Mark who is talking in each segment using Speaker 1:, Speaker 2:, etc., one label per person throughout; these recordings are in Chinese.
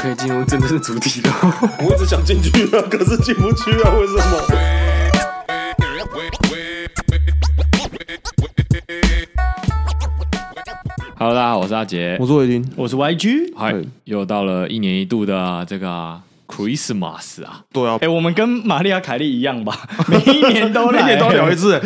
Speaker 1: 可以进入真正的主题了。
Speaker 2: 我一直想进去啊，可是进不去啊，为什么？
Speaker 3: Hello，大家好，我是阿杰
Speaker 4: 我，是伟林，
Speaker 5: 我是 YG。
Speaker 3: 嗨
Speaker 4: 嗯，
Speaker 3: 哎又到了一年一度的啊这个啊 Christmas 啊，
Speaker 4: 对啊
Speaker 5: 哎、，我们跟玛利亚凯莉一样吧， 每一年都来，
Speaker 4: 每年都要聊一次、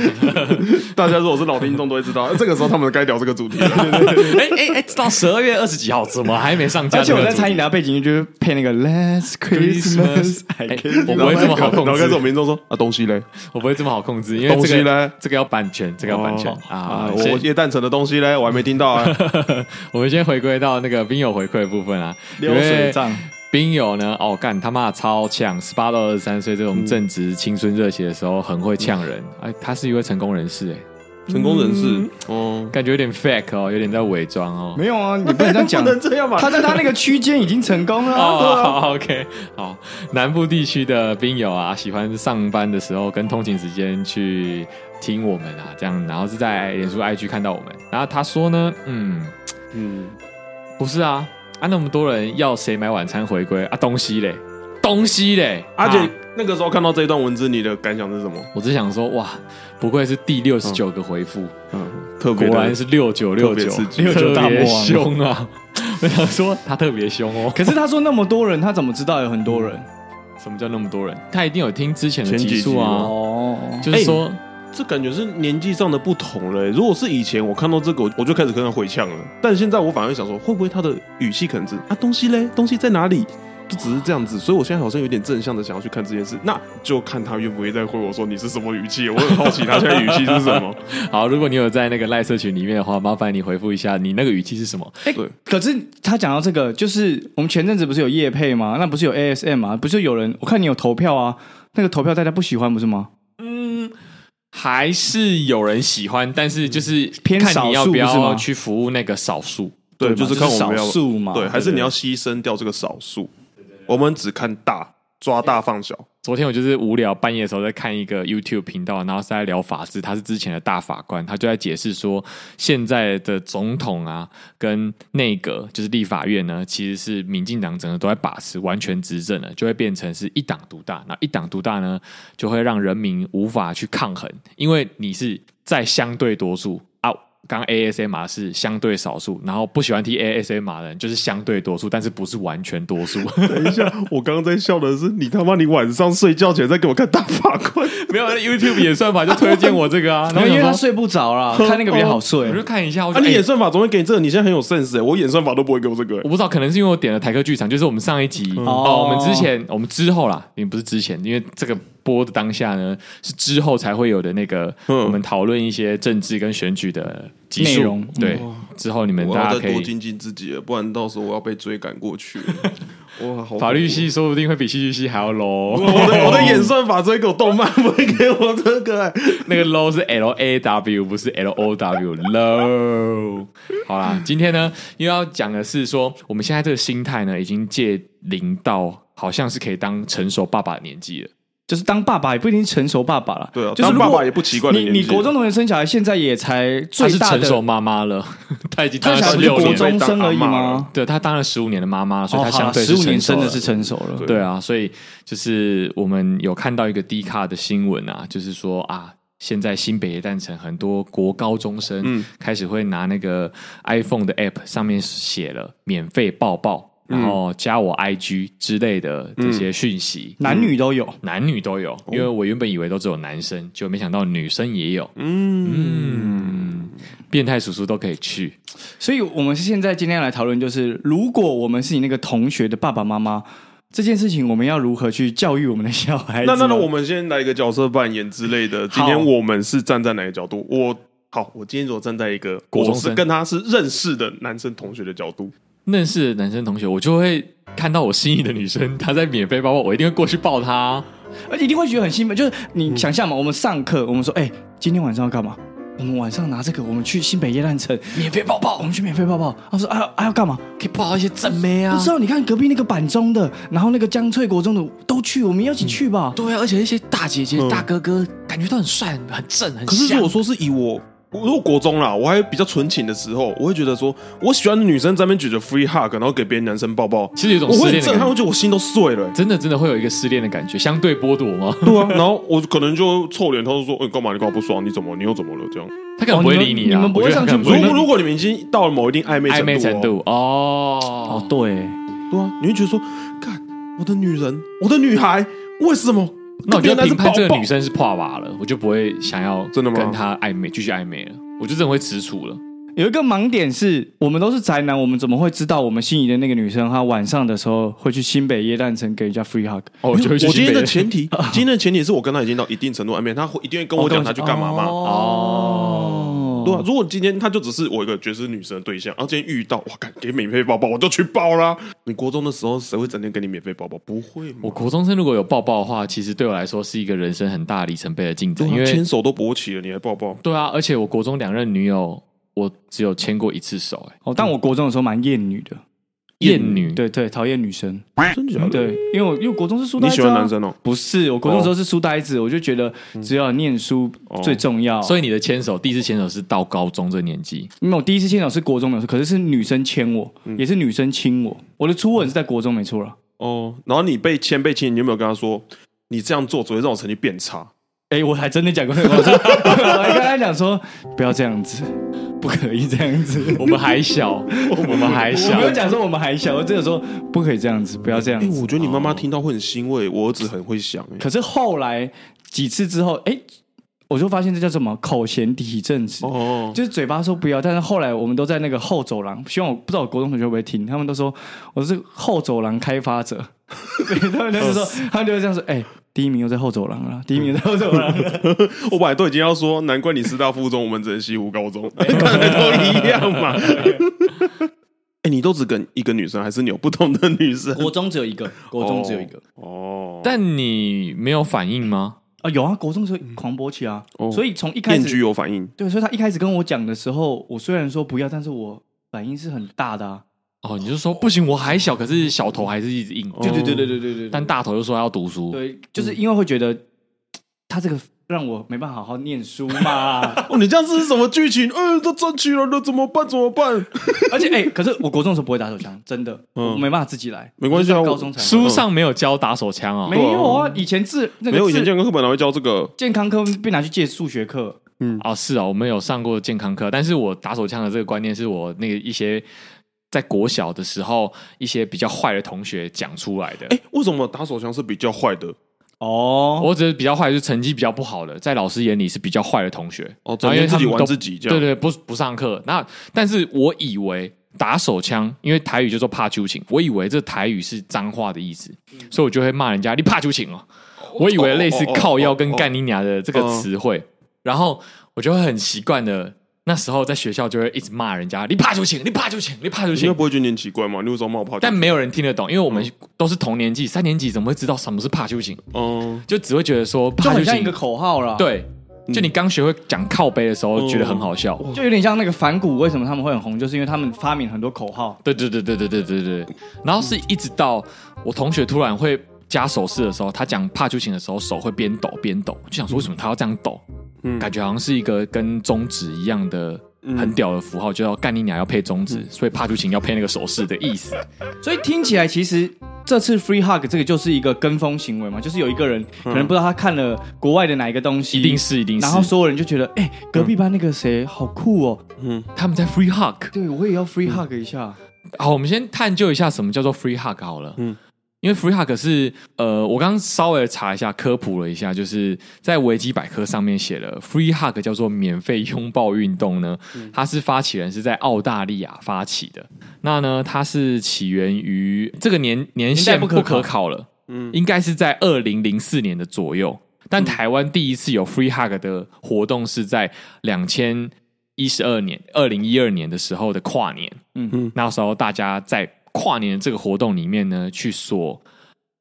Speaker 4: 大家如果是老听众都会知道，这个时候他们该聊这个主题了。
Speaker 3: 哎哎哎，到十二月二十几号怎么还没上架？
Speaker 5: 而且我在猜你的背景音就是配那个 Last Christmas，I
Speaker 3: 哎
Speaker 5: gave you
Speaker 3: 我不会这么好控
Speaker 4: 然后
Speaker 3: 制
Speaker 4: 开始有民众说啊，东西嘞，
Speaker 3: 我不会这么好控制，因为
Speaker 4: 东
Speaker 3: 这
Speaker 4: 西
Speaker 3: 个
Speaker 4: 呢
Speaker 3: 这个要版权，这个要版权
Speaker 4: 哦
Speaker 3: 啊。
Speaker 4: 我
Speaker 3: 先
Speaker 4: 叶诞城的东西嘞，我还没听到啊。
Speaker 3: 我们先回归到那个兵友回馈的部分啊，
Speaker 5: 流水账，
Speaker 4: 哎
Speaker 3: 兵友呢，哦，干他妈的超呛！十八到二十三岁这种正值青春热血的时候，很会呛人。哎，他是一位成功人士，哎，
Speaker 4: 成功人士，哦，
Speaker 3: 感觉有点 fake 哦，有点在伪装哦。
Speaker 5: 没有啊，你不能这样 讲
Speaker 4: 不，能这样吧？
Speaker 5: 他在他那个区间已经成功了、啊，对
Speaker 3: 哦、
Speaker 5: 啊
Speaker 3: 好 o k 好。南部地区的兵友啊，喜欢上班的时候跟通勤时间去听我们啊，这样，然后是在脸书 IG 看到我们。然后他说呢，嗯，
Speaker 4: 嗯，
Speaker 3: 不是啊，啊那么多人要谁买晚餐回归啊？东西嘞，东西嘞，
Speaker 4: 阿
Speaker 3: 啊
Speaker 4: 姐那个时候看到这一段文字，你的感想是什么？
Speaker 3: 我只想说，哇，不愧是第六十九个回复，
Speaker 4: 嗯，特
Speaker 3: 果
Speaker 4: 别
Speaker 3: 然
Speaker 4: 的，
Speaker 3: 是六九六
Speaker 4: 特别
Speaker 3: 九
Speaker 4: 刺，激
Speaker 5: 69大魔
Speaker 3: 特别
Speaker 5: 王
Speaker 3: 凶啊！ 我想说他特别凶哦。
Speaker 5: 可是他说那么多人，他怎么知道有很多人？
Speaker 3: 什么叫那么多人？他一定有听之前的
Speaker 4: 前几
Speaker 3: 集数
Speaker 4: 集哎
Speaker 3: 啊，
Speaker 5: 哦，
Speaker 3: 就是说，
Speaker 4: 这感觉是年纪上的不同了欸。如果是以前我看到这个，我我就开始跟他回呛了，但现在我反而想说，会不会他的语气可能是啊，东西嘞，东西在哪里？就只是这样子，所以我现在好像有点正向的想要去看这件事，那就看他愿不愿意再回我说你是什么语气，我很好奇他现在语气是什 么。
Speaker 3: 好，如果你有在那个赖社群里面的话，麻烦你回复一下，你那个语气是什么？
Speaker 4: 对，
Speaker 5: 可是他讲到这个，就是我们前阵子不是有夜配吗？那不是有 ASM 吗？不是有人，我看你有投票啊，那个投票大家不喜欢不是吗？
Speaker 3: 还是有人喜欢，但是就是
Speaker 5: 偏
Speaker 3: 看你要
Speaker 5: 少数
Speaker 3: 不
Speaker 5: 是
Speaker 3: 要
Speaker 5: 吗
Speaker 3: 去服务那个少数。
Speaker 4: 对，
Speaker 5: 对嘛
Speaker 4: 就是看我
Speaker 5: 就
Speaker 4: 们
Speaker 5: 是
Speaker 4: 要
Speaker 5: 少数嘛
Speaker 4: 对，还是
Speaker 5: 对
Speaker 4: 你要牺牲掉这个少数。我们只看大，抓大放小。
Speaker 3: 昨天我就是无聊，半夜的时候在看一个 YouTube 频道，然后是在聊法治，他是之前的大法官，他就在解释说，现在的总统啊跟内阁就是立法院呢，其实是民进党整个都在把持完全执政了，就会变成是一党独大。那一党独大呢，就会让人民无法去抗衡，因为你是在相对多数啊。刚 ASMR 是相对少数，然后不喜欢听 ASMR 的人就是相对多数，但是不是完全多数。
Speaker 4: 等一下，我刚刚在笑的是你他妈，你晚上睡觉前在给我看大法官，
Speaker 3: 没有 YouTube 演算法就推荐我这 个啊，
Speaker 5: 然
Speaker 3: 然后
Speaker 5: 后因为
Speaker 3: 想
Speaker 5: 他
Speaker 3: 说
Speaker 5: 睡不着啦，看那个比较好睡
Speaker 3: 我。就看一下，我
Speaker 4: 啊，
Speaker 3: 就、
Speaker 4: 你
Speaker 3: 哎
Speaker 4: 演算法总会给你这个，你现在很有 sense 哎、我演算法都不会给我这个、
Speaker 3: 我
Speaker 4: 欸。
Speaker 3: 不知道，可能是因为我点了台客剧场，就是我们上一集、哦，我们之前我们之后啦，也不是之前，因为这个播的当下呢是之后才会有的那个，
Speaker 4: 嗯
Speaker 3: 我们讨论一些政治跟选举的集数
Speaker 5: 内容
Speaker 3: 对，之后你们
Speaker 4: 嗯我
Speaker 3: 大
Speaker 4: 要
Speaker 3: 家
Speaker 4: 再
Speaker 3: 可
Speaker 4: 多
Speaker 3: 以。
Speaker 4: 精进自己了，不然到时候我要被追赶过去了。 哇，好
Speaker 3: 法律
Speaker 4: 恐
Speaker 3: 系哦说不定会比戏剧系还要 low，
Speaker 4: 怖，我的我的演算法只会给我动漫，不会给我这个、欸。
Speaker 3: 那个 low 是 L A W，不是 L O W low。好啦，今天呢，又要讲的是说，我们现在这个心态呢，已经借零到好像是可以当成熟爸爸的年纪了。
Speaker 5: 就是当爸爸也不一定成熟爸爸了，
Speaker 4: 对啊
Speaker 5: 就是如
Speaker 4: 当爸
Speaker 5: 果
Speaker 4: 爸也不奇怪的
Speaker 5: 你
Speaker 4: 年纪啊
Speaker 5: 你国中同学生小孩，现在也才
Speaker 3: 她
Speaker 5: 最
Speaker 3: 是
Speaker 5: 大
Speaker 3: 成熟
Speaker 5: 的，
Speaker 3: 妈妈了， 她已经当
Speaker 5: 他
Speaker 3: 了
Speaker 5: 小孩
Speaker 3: 十
Speaker 5: 不是
Speaker 3: 六
Speaker 5: 国
Speaker 3: 年，
Speaker 5: 中生而已
Speaker 4: 被当阿嬷了
Speaker 5: 吗？
Speaker 3: 对她当了十五年的妈妈了，所以她相对
Speaker 5: 十
Speaker 3: 是
Speaker 5: 五年
Speaker 3: 成熟
Speaker 5: 真
Speaker 3: 了
Speaker 5: 的是成熟了。
Speaker 3: 对啊，所以就是我们有看到一个低卡的新闻啊，就是说啊，现在新北耶诞城很多国高中生开始会拿那个 iPhone 的 App 上面写了免费抱抱，然后加我 IG 之类的这些讯息，
Speaker 5: 男女都有，
Speaker 3: 男女都有，因为我原本以为都只有男生，就没想到女生也有，嗯，变态叔叔都可以去，
Speaker 5: 所以我们现在今天来讨论，就是如果我们是你那个同学的爸爸妈妈，这件事情我们要如何去教育我们的小孩子
Speaker 4: 那
Speaker 5: 呢？
Speaker 4: 那那我们先来一个角色扮演之类的。今天我们是站在哪个角度？我好，我今天如果站在一个
Speaker 3: 国中
Speaker 4: 我
Speaker 3: 生
Speaker 4: 是跟他是认识的男生同学的角度，
Speaker 3: 认识的男生同学，我就会看到我心仪的女生，她在免费抱抱，我一定会过去抱她啊。
Speaker 5: 而且一定会觉得很兴奋。就是
Speaker 4: 嗯
Speaker 5: 你想象嘛，我们上课，我们说，哎、今天晚上要干嘛？我们晚上拿这个，我们去新北夜诞城免费抱抱，我们去免费抱抱。他说，啊啊要干嘛？
Speaker 3: 可以抱到一些正妹啊
Speaker 5: 不知道，你看隔壁那个板中的，然后那个江翠国中的都去，我们要一起去吧。
Speaker 3: 对啊，而且一些大姐姐、大哥哥，感觉都很帅、很正、很
Speaker 4: 可是如果说是以我如果国中啦，我还比较纯情的时候，我会觉得说，我喜欢的女生在那边举着 free hug，然后给别人男生抱抱，
Speaker 3: 其实有一种
Speaker 4: 我
Speaker 3: 失
Speaker 4: 会很
Speaker 3: 恋的
Speaker 4: 震撼，
Speaker 3: 感
Speaker 4: 我
Speaker 3: 觉，
Speaker 4: 觉得我心都碎了、欸
Speaker 3: 真的真的会有一个失恋的感觉，相对剥夺吗？
Speaker 4: 对 啊，然后我可能就臭脸，他就说：“哎、干嘛？你干嘛不爽？你怎么？你又怎么了？”这样。
Speaker 3: 他可能不会理啊，
Speaker 5: 哦你们你们不会
Speaker 3: 我觉得他可
Speaker 5: 上
Speaker 3: 能
Speaker 5: 去
Speaker 3: 不会
Speaker 4: 如
Speaker 3: 理
Speaker 4: 果如果你们已经到了某一定暧昧程
Speaker 3: 暧
Speaker 4: 度、
Speaker 3: 昧程，度
Speaker 5: 哦
Speaker 3: 哦，，
Speaker 5: 对，
Speaker 4: 对啊，你会觉得说：“看我的女人，我的女孩，为什么？”
Speaker 3: 那我觉得
Speaker 4: 跟别
Speaker 3: 评
Speaker 4: 人男生抱
Speaker 3: 判这个
Speaker 4: 抱
Speaker 3: 女生是破娃了，我就不会想要
Speaker 4: 真的吗
Speaker 3: 跟她暧昧，继续暧昧了，我就真的会吃醋了。
Speaker 5: 有一个盲点是我们都是宅男，我们怎么会知道我们心仪的那个女生她晚上的时候会去新北耶诞城给人家 free hug？
Speaker 3: 哦，我就会去
Speaker 4: 我今
Speaker 3: 新
Speaker 4: 天
Speaker 3: 北
Speaker 4: 的
Speaker 3: 了
Speaker 4: 前 提，今天的前提是我跟他已经到一定程度暧昧，他会一定会跟我
Speaker 3: 哦
Speaker 4: 讲他去干嘛嘛。
Speaker 5: 哦
Speaker 4: 对啊，如果今天他就只是我一个觉得是女生的对象，然后啊今天遇到哇，敢给免费抱抱，我就去抱啦。你国中的时候，谁会整天给你免费抱抱？不会
Speaker 3: 我
Speaker 4: 嘛，
Speaker 3: 国中生如果有抱抱的话，其实对我来说是一个人生很大里程碑的进展，因
Speaker 4: 对啊
Speaker 3: 为
Speaker 4: 牵手都勃起了，你还抱抱？
Speaker 3: 对啊，而且我国中两任女友，我只有牵过一次手、哎，
Speaker 5: 哦，但我国中的时候蛮厌女的，
Speaker 3: 艳女，
Speaker 5: 对对，讨厌女生，
Speaker 4: 嗯真的假的？
Speaker 5: 对，因为我因为我国中是书呆
Speaker 4: 哎嗯你
Speaker 5: 子、啊，
Speaker 4: 喜欢男？生哦？嗯
Speaker 5: 不是，我国中的时候是书呆子，我就觉得只要念书
Speaker 4: 哦
Speaker 5: 最重要，
Speaker 3: 所
Speaker 5: 以
Speaker 3: 以你的牵手，第一次牵手是到高中这个年纪，
Speaker 5: 因为我第一次牵手是国中的时候，可是是女生牵我，也是女生亲我，我的初吻是在国中没错了。
Speaker 4: 哦，然后你被牵被亲，你有没有跟他说你这样做只会让我成绩变差？
Speaker 5: 哎、我还真的讲过那个，我说 我还跟他讲说不要这样子，不可以这样子。
Speaker 3: 我们还小， 我们还
Speaker 5: 我
Speaker 3: 小
Speaker 5: 没，有讲说我们还小，我只有说不可以这样子，不要这样
Speaker 4: 哎、
Speaker 5: 子。
Speaker 4: 我觉得你妈妈听到会很欣慰，我儿子很会想、哎
Speaker 5: 可是后来几次之后，哎、我就发现这叫什么口嫌体正直。
Speaker 4: 哦，
Speaker 5: 就是嘴巴说不要，但是后来我们都在那个后走廊，希望我不知道我国中同学会不会听，他们都说我是后走廊开发者， 对他们就是说，他们就会这样说，哎、第一名又在后走廊了，第一名又在后走廊了，
Speaker 4: 我本来都已经要说，难怪你师大附中，我们只能西湖高 中，看来都一样 嘛。哎、你都只跟一个女生，还是你有不同的女生？
Speaker 5: 国中只有一个，国中只有一个，
Speaker 4: 哦，
Speaker 3: 但你没有反应吗？
Speaker 5: 啊有啊，国中只有狂勃起啊，
Speaker 4: 哦
Speaker 5: 所以从一开
Speaker 4: 面
Speaker 5: 始
Speaker 4: 具有反应，
Speaker 5: 对，所以他一开始跟我讲的时候，我虽然说不要，但是我反应是很大的啊。
Speaker 3: 哦，你就说不行，我还小，可是小头还是一直硬，
Speaker 4: 对对对对
Speaker 5: 对对对
Speaker 3: 但
Speaker 5: 但
Speaker 3: 大头又说要读书，
Speaker 5: 哦对，就是因为会觉得他这个让我没办法好好念书 嘛。
Speaker 4: 哦，你这样子是什么剧 情？嗯、都争取了，那怎么办？怎么办？
Speaker 5: 而且哎、可是我国中的时候不会打手枪，真的，我没办法自己来。
Speaker 4: 嗯没关系啊
Speaker 5: 我是到高中才会
Speaker 3: 书上没有教打手枪哦，
Speaker 5: 没有啊，以前自那个
Speaker 4: 没有以前
Speaker 5: 自
Speaker 4: 健康课本哪会教这个？
Speaker 5: 健康课被拿去借数学课，
Speaker 3: 哦，是啊，我们有上过健康课，但是我打手枪的这个观念是我那个一些在国小的时候一些比较坏的同学讲出来的。
Speaker 4: 哎、为什么打手枪是比较坏的？
Speaker 5: 哦，
Speaker 3: 我只是比较坏，就是成绩比较不好的，在老师眼里是比较坏的同学。
Speaker 4: 哦
Speaker 3: 然后因为
Speaker 4: 整天自己
Speaker 3: 他们
Speaker 4: 玩
Speaker 3: 都
Speaker 4: 自己这
Speaker 3: 对
Speaker 4: 样
Speaker 3: 对，不不上课。那但是我以为打手枪，因为台语就说怕秋情，我以为这台语是脏话的意思，
Speaker 4: 嗯
Speaker 3: 所以我就会骂人家你怕秋情哦。我以为类
Speaker 4: 哦
Speaker 3: 似靠腰跟干你娘的这个词汇，然后我就会很习惯的，那时候在学校就会一直骂人家你怕秋情，你怕秋情，你怕秋
Speaker 4: 你嗯
Speaker 3: 情
Speaker 4: 该。不会觉得你很奇怪吗？你为什么冒泡？
Speaker 3: 但没有人听得懂，因为我们都是同年纪，三年级怎么会知道什么是怕秋情？
Speaker 4: 嗯，
Speaker 3: 就只会觉得说
Speaker 5: 就
Speaker 3: 怕秋
Speaker 5: 很像
Speaker 3: 情
Speaker 5: 一个口号啦。。
Speaker 3: 对，就你刚学会讲靠背的时候，
Speaker 4: 嗯
Speaker 3: 觉得很好笑。
Speaker 5: 就有点像那个反骨，为什么他们会很红，就是因为他们发明很多口号，
Speaker 3: 对对对对对对对对。然后是一直到我同学突然会加手势的时候，他讲怕秋情的时候，手会边抖边抖，就想说为什么他要这样抖？
Speaker 4: 嗯
Speaker 3: 感觉好像是一个跟中指一样的。很屌的符号，就要干你娘要配中指，所以怕秋情要配那个手势的意思。
Speaker 5: 所以听起来其实这次 free hug 这个就是一个跟风行为嘛，就是有一个
Speaker 4: 嗯
Speaker 5: 人可能不知道他看了国外的哪一个东西，
Speaker 3: 一定是一定是
Speaker 5: 然后所有人就觉得，哎、隔
Speaker 4: 嗯
Speaker 5: 壁班那个谁好酷哦，
Speaker 3: 他们在 free hug。
Speaker 5: 对我也要 free hug 一下。
Speaker 3: 好，我们先探究一下什么叫做 free hug 好了。嗯
Speaker 4: 嗯，
Speaker 3: 因为 free hug 是呃，我刚刚稍微查一下，科普了一下，就是在维基百科上面写了 free hug 叫做免费拥抱运动呢，
Speaker 5: 嗯
Speaker 3: 它是发起人是在澳大利亚发起的。那呢，它是起源于这个年年
Speaker 5: 年代
Speaker 3: 限
Speaker 5: 不
Speaker 3: 不
Speaker 5: 可考
Speaker 3: 可考了，嗯，应该是在二零零四年的左右。
Speaker 5: 嗯
Speaker 3: 但台湾第一次有 free hug 的活动是在两千一十二年，二零一二年的时候的跨年。那时候大家在跨年这个活动里面呢，去说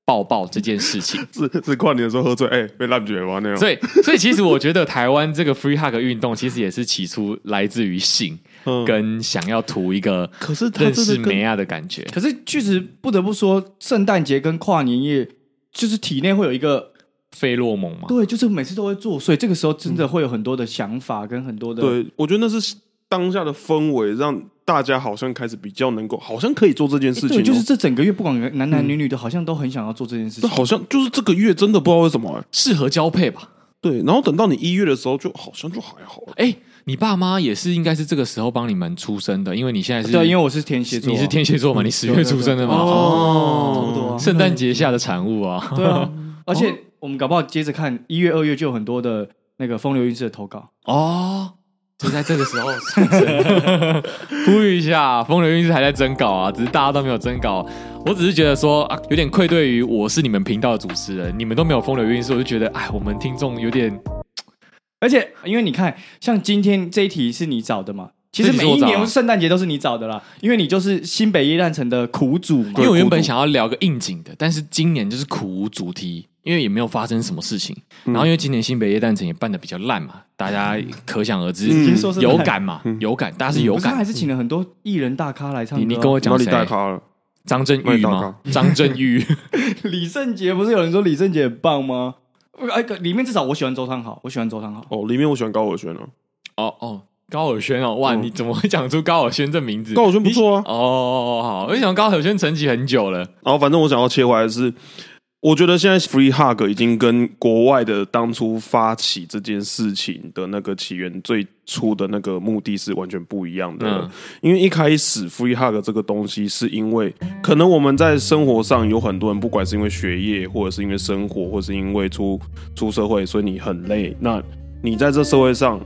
Speaker 3: 抱抱这件事 情。
Speaker 4: 是是跨年的时候喝醉，哎、被烂绝吗？那样。
Speaker 3: 所以，所以其实我觉得台湾这个 free hug 运动，其实也是起初来自于性，
Speaker 4: 嗯
Speaker 3: 跟想要图一个
Speaker 4: 可是他
Speaker 3: 认
Speaker 4: 真的
Speaker 3: 识
Speaker 4: 跟
Speaker 3: 梅亚的感觉。
Speaker 5: 可是确实不得不说，圣诞节跟跨年夜就是体内会有一个
Speaker 3: 费洛蒙嘛，
Speaker 5: 对，就是每次都会做，所以这个时候真的会有很多的想法跟很多的，
Speaker 4: 对，我觉得那是当下的氛围，让大家好像开始比较能够，好像可以做这件
Speaker 5: 诶
Speaker 4: 事情
Speaker 5: 对，
Speaker 4: 哦。嗯
Speaker 5: 就是这整个月不管男男女女的，好像都很想要做这件事
Speaker 4: 对，
Speaker 5: 情。
Speaker 4: 好像就是这个月真的不知道为什么、哎
Speaker 3: 适合交配吧？
Speaker 4: 对，然后等到你一月的时候，就好像就还好了。
Speaker 3: 哎、你爸妈也是应该是这个时候帮你们出生的，因为你现在是
Speaker 5: 对，因为我是天蝎座啊，
Speaker 3: 你是天蝎座嘛，你十月出生的嘛，哦，
Speaker 5: 差不多啊
Speaker 3: 圣诞节下的产物啊，
Speaker 5: 对啊，而
Speaker 4: 哦
Speaker 5: 且我们搞不好接着看一月、二月就有很多的那个风流韵事的投稿。
Speaker 3: 哦。就在这个时候出生， 呼吁一下，风流韵事还在征稿啊，只是大家都没有征稿。我只是觉得说啊，有点愧对于我是你们频道的主持人，你们都没有风流韵事，我就觉得哎，我们听众有点
Speaker 5: 而且因为你看，像今天这一题是你找的嘛，其实
Speaker 3: 这题
Speaker 5: 每
Speaker 3: 是我
Speaker 5: 一
Speaker 3: 找啊
Speaker 5: 年圣诞节都是你找的啦，因为你就是新北夜诞城的苦主嘛
Speaker 3: 因。为我原本
Speaker 4: 孤独
Speaker 3: 想要聊个应景的，但是今年就是苦无主题，因为也没有发生什么事情。然后因为今年新北夜诞城也办的比较烂嘛，大家可想而知，
Speaker 5: 听嗯说是烂
Speaker 3: 嗯有感嘛，有感，大家是有
Speaker 5: 可是他还
Speaker 3: 感。
Speaker 5: 是请了很多艺人大咖来唱歌
Speaker 3: 你
Speaker 5: 啊。
Speaker 3: 你跟我
Speaker 4: 哪
Speaker 3: 讲
Speaker 4: 里
Speaker 3: 谁？
Speaker 4: 带他了？
Speaker 3: 张震
Speaker 4: 哪
Speaker 3: 岳
Speaker 4: 里大
Speaker 3: 吗？张震岳
Speaker 5: 李圣杰不是有人说李圣杰很棒吗？哎，里面至少我喜欢周汤豪，我喜欢周汤豪。
Speaker 4: 哦，里面我喜欢高尔轩啊，
Speaker 3: 哦哦，高尔轩哦，哇，
Speaker 4: 嗯
Speaker 3: 你怎么会讲出高尔轩这名字？
Speaker 4: 高尔轩不错啊
Speaker 3: 哦。哦，哦好，我想高尔轩沉寂很久了。
Speaker 4: 然后反正我想要切回来的是，我觉得现在 Free Hug 已经跟国外的当初发起这件事情的那个起源最初的那个目的是完全不一样的了。
Speaker 3: 嗯
Speaker 4: 因为一开始 Free Hug 这个东西，是因为可能我们在生活上有很多人，不管是因为学业，或者是因为生活，或是因为出出社会，所以你很累。那你在这社会上。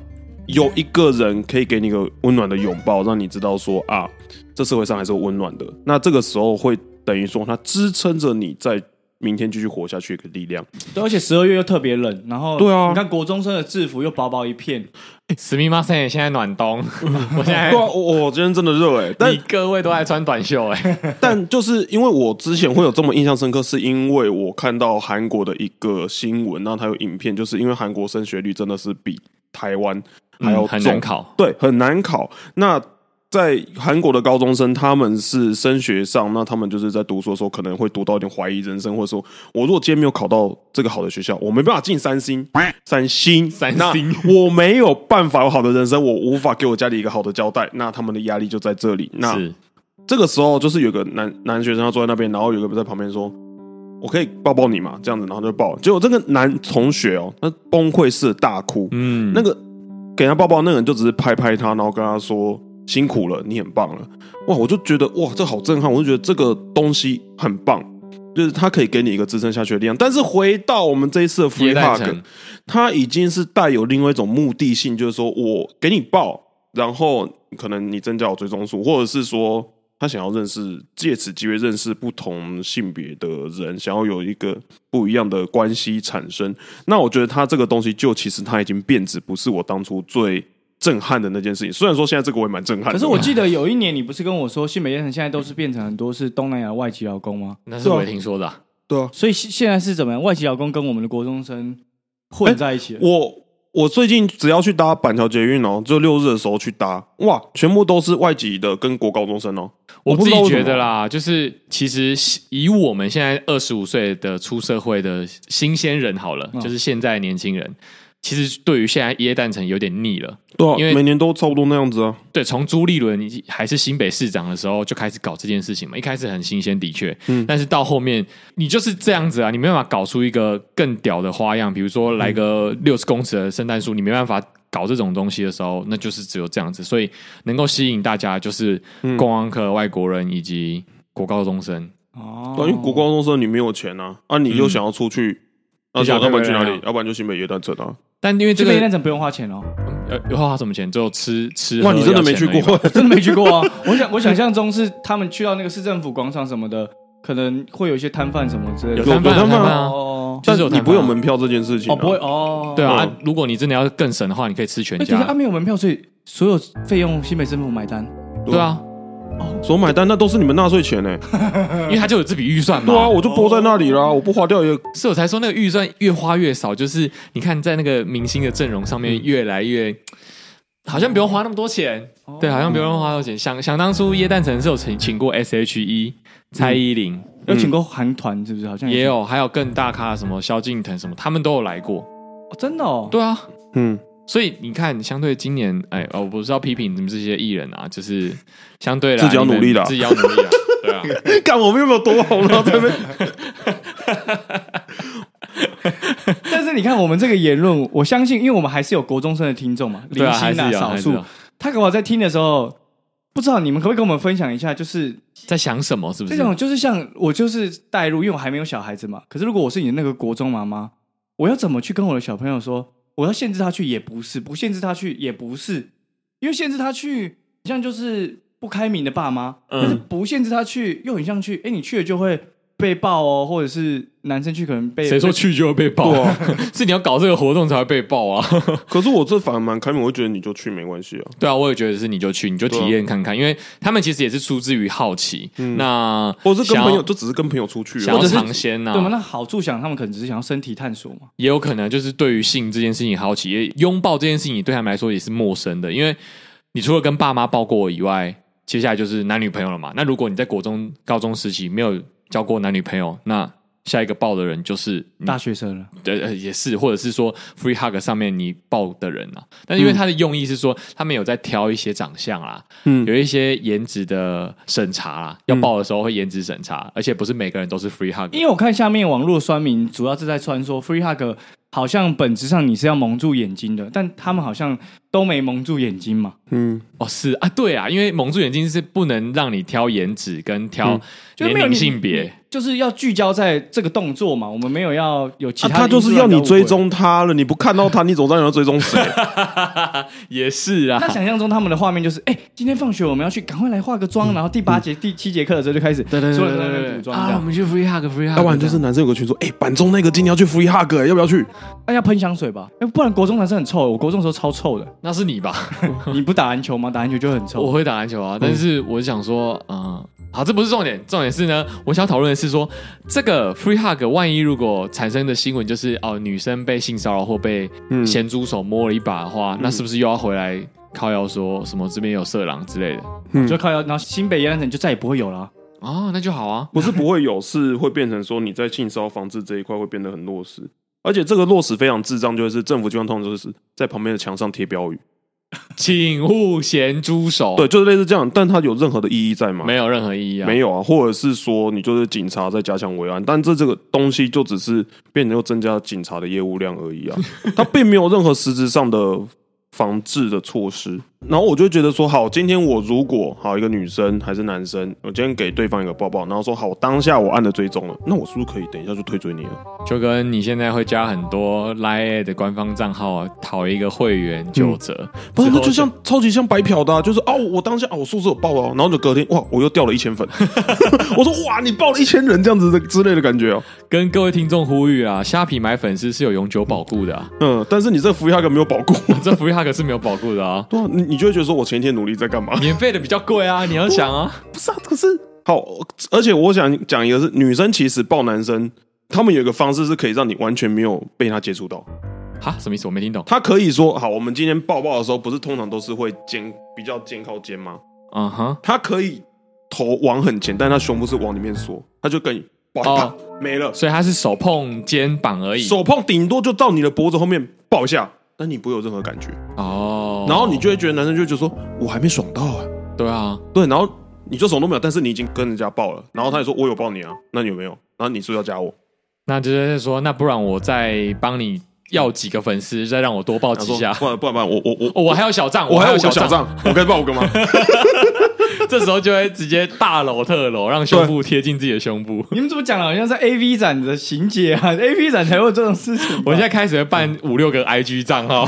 Speaker 4: 有一个人可以给你一个温暖的拥抱，让你知道说啊，这社会上还是有温暖的。那这个时候会等于说，它支撑着你在明天继续活下去的一个力量。
Speaker 5: 对，而且十二月又特别冷，然后
Speaker 4: 对啊
Speaker 5: 你看国中生的制服又薄薄一片，
Speaker 3: 史密马森也现在暖 冬，我现在
Speaker 4: 对哎啊，我我今天真的热哎、
Speaker 3: 哎你
Speaker 4: 但
Speaker 3: 各位都爱穿短袖哎、
Speaker 4: 但就是因为我之前会有这么印象深刻，是因为我看到韩国的一个新闻，然后它有影片，就是因为韩国升学率真的是比台湾还要
Speaker 3: 嗯很难
Speaker 4: 重
Speaker 3: 考。
Speaker 4: 对，很难考。那在韩国的高中生，他们是升学上，那他们就是在读书的时候，可能会读到一点怀疑人生，或者说，我如果今天没有考到这个好的学校，我没办法进三星， 三星，
Speaker 3: 三
Speaker 4: 那
Speaker 3: 星
Speaker 4: 我没有办法有好的人生，我无法给我家里一个好的交代，那他们的压力就在这里。那
Speaker 3: 是
Speaker 4: 这个时候，就是有个男男学生他坐在那边，然后有个人在旁边说：“我可以抱抱你嘛？”这样子，然后就抱。结果这个男同学哦，他崩溃式的大哭，
Speaker 3: 嗯
Speaker 4: 那个给他抱抱那个人就只是拍拍他，然后跟他说辛苦了，你很棒了。哇，我就觉得哇，这好震撼，我就觉得这个东西很棒，就是它可以给你一个支撑下去的力量。但是回到我们这一次的 free
Speaker 3: 耶诞
Speaker 4: hug，
Speaker 3: 城
Speaker 4: 它已经是带有另外一种目的性，就是说我给你抱，然后可能你增加我追踪数，或者是说。他想要认识，借此机会认识不同性别的人，想要有一个不一样的关系产生。那我觉得他这个东西，就其实他已经变质，不是我当初最震撼的那件事情。虽然说现在这个我也蛮震撼的，
Speaker 5: 可是我记得有一年你不是跟我说，新北夜城现在都是变成很多是东南亚外籍劳工吗？
Speaker 3: 那是我也听说的啊、
Speaker 4: 对啊，
Speaker 5: 所以现现在是怎么样？外籍劳工跟我们的国中生混在一起了？
Speaker 4: 我我最近只要去搭板桥捷运哦，就六日的时候去搭，哇，全部都是外籍的跟国高中生哦。
Speaker 3: 我
Speaker 4: 不
Speaker 3: 自
Speaker 4: 知道
Speaker 3: 己
Speaker 4: 为什
Speaker 3: 觉
Speaker 4: 么
Speaker 3: 得，啦，就是其实以我们现在二十五岁的出社会的新鲜人好了，
Speaker 5: 嗯
Speaker 3: 就是现在的年轻人，其实对于现在耶诞城有点腻了。
Speaker 4: 对啊
Speaker 3: 因为，
Speaker 4: 每年都差不多那样子啊。
Speaker 3: 对，从朱立伦还是新北市长的时候就开始搞这件事情嘛，一开始很新鲜，的确，
Speaker 4: 嗯
Speaker 3: 但是到后面你就是这样子啊，你没办法搞出一个更屌的花样，比如说
Speaker 4: 嗯
Speaker 3: 来个六十公尺的圣诞树，你没办法搞这种东西的时候，那就是只有这样子，所以能够吸引大家就是
Speaker 4: 嗯
Speaker 3: 公安科外国人以及国高中生，
Speaker 5: 哦
Speaker 4: 对啊因为国高中生你没有钱啊，啊，你又
Speaker 3: 嗯
Speaker 4: 想要出去，
Speaker 3: 就
Speaker 4: 那
Speaker 3: 想
Speaker 4: 想要不然去哪
Speaker 3: 跟别
Speaker 4: 里
Speaker 3: 人啊？
Speaker 4: 要不然就新北夜诞城啊。
Speaker 3: 但因为这
Speaker 5: 新
Speaker 3: 个
Speaker 5: 北夜诞城不用花钱哦，
Speaker 3: 呃，有花什么钱？只有吃吃。
Speaker 4: 哇，
Speaker 3: 喝
Speaker 4: 你真的没
Speaker 3: 要
Speaker 4: 去
Speaker 3: 钱而已
Speaker 4: 过
Speaker 3: 吧？？
Speaker 5: 我真的没去过啊。我想我想象中是他们去到那个市政府广场什么的，可能会有一些摊贩什么之类的。
Speaker 3: 有摊贩
Speaker 4: 有摊贩
Speaker 3: 啊
Speaker 5: 哦
Speaker 3: 就
Speaker 4: 但
Speaker 3: 是有
Speaker 4: 你
Speaker 3: 摊
Speaker 4: 不会有
Speaker 3: 贩啊
Speaker 4: 门票这件事情、啊，
Speaker 5: 哦不会哦，
Speaker 3: 对啊
Speaker 4: 嗯
Speaker 3: 啊，如果你真的要更省的话，你可以吃全
Speaker 5: 哎，等一下，他
Speaker 4: 啊
Speaker 3: 家。
Speaker 5: 没有门票，所以所有费用新北政府买单。
Speaker 3: 对啊，
Speaker 4: 所买单那都是你们纳税钱 呢、
Speaker 3: 因为他就有这笔预算嘛。
Speaker 4: 嗯对啊，我就拨在那里啦，我不花掉 也
Speaker 3: 所以我才说那个预算越花越少，就是你看在那个明星的阵容上面越来越好像不用花那么多钱，对，
Speaker 5: 啊
Speaker 3: 好像不用花多钱。想想当初，耶诞城是有请请过 S.H.E、蔡依林，
Speaker 5: 有请过韩团是不是？好像
Speaker 3: 嗯也有，还有更大咖的什么萧敬腾什么，他们都有来过。
Speaker 5: 哦真的哦。
Speaker 3: 对啊，
Speaker 4: 嗯，
Speaker 3: 所以你看，相对今年，哎，哦，我不是要批评你们这些艺人啊，就是相对啦
Speaker 4: 自己要
Speaker 3: 你们
Speaker 4: 努力啦
Speaker 3: 自己要努力啦，对啊，
Speaker 4: 看我们有没有多红 了？这边
Speaker 5: 但是你看我们这个言论，我相信，因为我们还是有国中生的听众嘛，
Speaker 3: 对
Speaker 5: 零
Speaker 3: 啊，还
Speaker 5: 星
Speaker 3: 是
Speaker 5: 啊，
Speaker 3: 有，
Speaker 5: 少
Speaker 3: 还是
Speaker 5: 数
Speaker 3: 有。
Speaker 5: 他给我在听的时候，不知道你们可不可以跟我们分享一下，就是
Speaker 3: 在想什么？是不
Speaker 5: 这
Speaker 3: 是？
Speaker 5: 种就是像我就是带入，因为我还没有小孩子嘛。可是如果我是你那个国中妈妈，我要怎么去跟我的小朋友说？我要限制他去也不是，不限制他去也不是，因为限制他去，好像就是不开明的爸妈；
Speaker 3: 嗯
Speaker 5: 但是不限制他去，又很像去，哎、你去了就会被爆哦，或者是男生去可能被
Speaker 3: 谁说去就会被爆、
Speaker 4: 对
Speaker 3: 啊？ 是你要搞这个活动才会被爆啊！
Speaker 4: 可是我这反而蛮开明，我会觉得你就去没关系啊。
Speaker 3: 对啊，我也觉得是，你就去，你就体验看看，因为他们其实也是出自于好奇。那
Speaker 4: 或者是跟
Speaker 3: 想要
Speaker 4: 朋友，就只是跟朋友出去而已，啊
Speaker 3: 想要
Speaker 5: 或者是
Speaker 3: 尝鲜呐、
Speaker 5: 对吗？那好处想他们可能只是想要身体探索嘛。
Speaker 3: 也有可能就是对于性这件事情好奇，也拥抱这件事情对他们来说也是陌生的，因为你除了跟爸妈抱过以外，接下来就是男女朋友了嘛。那如果你在国中、高中时期没有交过男女朋友，那下一个抱的人就是你
Speaker 5: 大学生了，
Speaker 3: 呃呃也是，或者是说 free hug 上面你抱的人啊，但是因为他的用意是说，他们有在挑一些长相啦，
Speaker 4: 嗯
Speaker 3: 有一些颜值的审查啦，要抱的时候会颜值审查，而且不是每个人都是 free hug，
Speaker 5: 因为我看下面网络酸民主要是在穿说 free hug，好像本质上你是要蒙住眼睛的，但他们好像都没蒙住眼睛嘛。
Speaker 4: 嗯，
Speaker 3: 哦是啊，对啊，因为蒙住眼睛是不能让你挑颜值跟挑
Speaker 5: 就
Speaker 3: 年
Speaker 5: 没有你
Speaker 3: 龄性别，
Speaker 5: 就是要聚焦在这个动作嘛，我们没有要有其
Speaker 4: 啊
Speaker 5: 他、
Speaker 4: 他就是要你追。踪他了，你不看到他，你总知道你要追踪谁。
Speaker 3: 也是啊
Speaker 5: 那。想象中他们的画面就是，哎、今天放学我们要去，赶快来化个妆，然后第八节、第七节课的时候就开始，对对所有人都在那边补妆这
Speaker 3: 啊，我
Speaker 5: 样，
Speaker 3: 们去 free hug，free hug，
Speaker 4: 要不然就是男生有个群说，哎，板中那个今天要去 free hug，哎要不要去？
Speaker 5: 哎、要喷香水吧，哎、不然国中男生很臭，我国中的时候超臭的。
Speaker 3: 那是你吧？
Speaker 5: 你不打篮球吗？打篮球就很
Speaker 3: 我
Speaker 5: 臭。
Speaker 3: 会打篮球啊，但是我想说，嗯，好，这不是重点，重点是呢，我想讨论的是说，这个 free hug 万一如果产生的新闻就是哦，女生被性骚扰或被
Speaker 4: 嗯
Speaker 3: 咸猪手摸了一把的话，那是不是又要回来靠腰说什么这边有色狼之类的？
Speaker 4: 嗯
Speaker 5: 就靠要，然后新北耶诞城就再也不会有了啊、
Speaker 3: 哦，那就好啊，
Speaker 4: 不是不会有，是会变成说你在性骚防治这一块会变得很弱势，而且这个落实非常智障，就是政府机关通常就是在旁边的墙上贴标语，
Speaker 3: 请勿咸猪手，
Speaker 4: 对，，就是类似这样，但它有任何的意义在吗？
Speaker 3: 没有任何意义啊，
Speaker 4: 没有啊，或者是说你就是警察在加强维安，但这这个东西就只是变成又增加警察的业务量而已 啊，它并没有任何实质上的防治的措施。然后我就觉得说，好，今天我如果好一个女生还是男生，我今天给对方一个抱抱，然后说好，当下我按了追踪了，那我是不是可以等一下就退追你了？
Speaker 3: 就跟你现在会加很多 Line 的官方账号啊讨一个会员九折，
Speaker 4: 不是，
Speaker 3: 之
Speaker 4: 那
Speaker 3: 后
Speaker 4: 就像超级像白嫖的、啊，就是哦，我当下哦，我数字有爆哦，然后就隔天哇，我又掉了一千 粉，我说哇，你爆了一千人这样子的之类的感觉哦。
Speaker 3: 跟各位听众呼吁啊，虾皮买粉丝是有永久保固的、啊，
Speaker 4: 嗯，但是你这个福利哈格没有保固，
Speaker 3: 这 free hug 是没有保固 的啊。
Speaker 4: 对啊，你你就会觉得说我前一天努力在干嘛？
Speaker 3: 免费的比较贵啊，你要想啊，
Speaker 4: 不是啊，可是好，而且我想讲一个是女生其实抱男生，他们有一个方式是可以让你完全没有被他接触到。
Speaker 3: 哈，什么意思？我没听懂。
Speaker 4: 他可以说好，我们今天抱抱的时候，不是通常都是会肩比较肩靠肩吗？
Speaker 3: 嗯哼，
Speaker 4: 他可以头往很前，但他胸部是往里面缩，他就跟你抱一下、
Speaker 3: 哦
Speaker 4: 没了，
Speaker 3: 所以他是手碰肩膀而已。
Speaker 4: 手碰顶多就到你的脖子后面抱一下，但你不会有任何感觉，
Speaker 3: 哦，
Speaker 4: 然后你就会觉得男生就会觉得说我还没爽到啊，
Speaker 3: 对啊，
Speaker 4: 对，然后你就什么都没有，但是你已经跟人家抱了，然后他也说我有抱你啊，那你有没有？然后你是不是要加我？
Speaker 3: 那就是说，那不然我再帮你要几个粉丝，再让我多报
Speaker 4: 他
Speaker 3: 几
Speaker 4: 说
Speaker 3: 下。
Speaker 4: 不然不然不然，我我我
Speaker 3: 哦我还有小账，
Speaker 4: 我还
Speaker 3: 还
Speaker 4: 有
Speaker 3: 有
Speaker 4: 五个小
Speaker 3: 账，
Speaker 4: 账，我该报五个吗？
Speaker 3: 这时候就会直接大搂特搂，让胸部贴近自己的 胸部。
Speaker 5: 你们怎么讲的？好像在 A V 展的情节啊，A V 展才会有这种事 情吧。
Speaker 3: 我现在开始会
Speaker 4: 嗯
Speaker 3: 办五六个 IG 账号，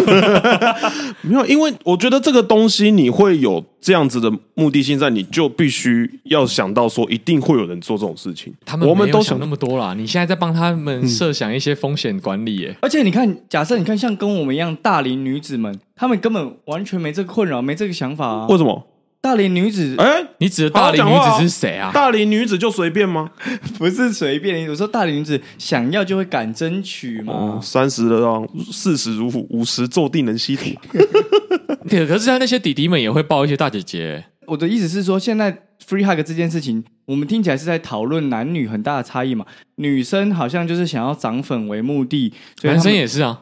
Speaker 4: 没有，因为我觉得这个东西你会有这样子的目的性在，你就必须要想到说，一定会有人做这种事情。
Speaker 3: 他们
Speaker 4: 我们
Speaker 3: 没有
Speaker 4: 都
Speaker 3: 想那么多啦。你现在在帮他
Speaker 4: 嗯
Speaker 3: 们设想一些风险管理耶。
Speaker 5: 而且你看，假设你看像跟我们一样大龄女子们，她们根本完全没这个困扰，没这个想法啊
Speaker 4: 为。什么？
Speaker 5: 大龄女子
Speaker 3: 啊
Speaker 4: 哎、
Speaker 3: 你指的大龄
Speaker 4: 好
Speaker 3: 女
Speaker 4: 好讲话啊
Speaker 3: 子是谁啊？
Speaker 4: 大龄女子就随便吗？
Speaker 5: 不是随便，有时候大龄女子想要就会敢争取嘛。
Speaker 4: 三十的让四十如虎，五十坐地能吸土。
Speaker 3: 对，可是他那些弟弟们也会抱一些大姐姐，
Speaker 5: 我的意思是说，现在 free hug 这件事情，我们听起来是在讨论男女很大的差异嘛。女生好像就是想要涨粉为目的，所以
Speaker 3: 男
Speaker 5: 他
Speaker 3: 生
Speaker 5: 们
Speaker 3: 也是啊。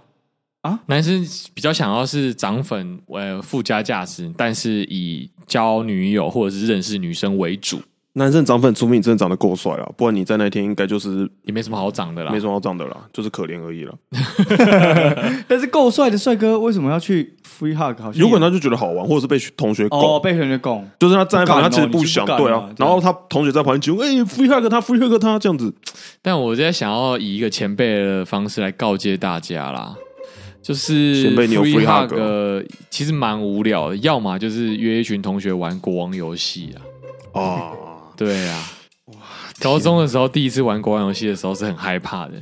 Speaker 5: 啊，
Speaker 3: 男生比较想要是涨粉，呃，附加价值，但是以交女友或者是认识女生为主，
Speaker 4: 男生涨粉，除非你真的长得够帅啊，不然你在那天应该就是
Speaker 3: 也没什么好涨的啦。
Speaker 4: 没什么好长的啦，就是可怜而已了。
Speaker 5: 但是够帅的帅哥为什么要去 free hug？好像也
Speaker 4: 有可能他就觉得好玩，或者是被同学
Speaker 5: 哦
Speaker 4: 拱，
Speaker 5: 被同学拱，
Speaker 4: 就是他站在旁边，他
Speaker 5: 不敢哦
Speaker 4: 其实
Speaker 5: 你
Speaker 4: 想，
Speaker 5: 就不敢
Speaker 4: 对
Speaker 5: 嘛
Speaker 4: 啊。
Speaker 5: 这
Speaker 4: 然后
Speaker 5: 样
Speaker 4: 他同学在旁边就哎 free hug 他 free hug 他这样子，
Speaker 3: 但我在想要以一个前辈的方式来告诫大家啦，就是
Speaker 4: 前辈你有 free hug 哦
Speaker 3: 呃其实蛮无聊的，要么就是约一群同学玩国王游戏啊，
Speaker 4: 啊，
Speaker 5: 嗯
Speaker 3: 对啊。高中的时候，第一次玩国王游戏的时候是很害怕的，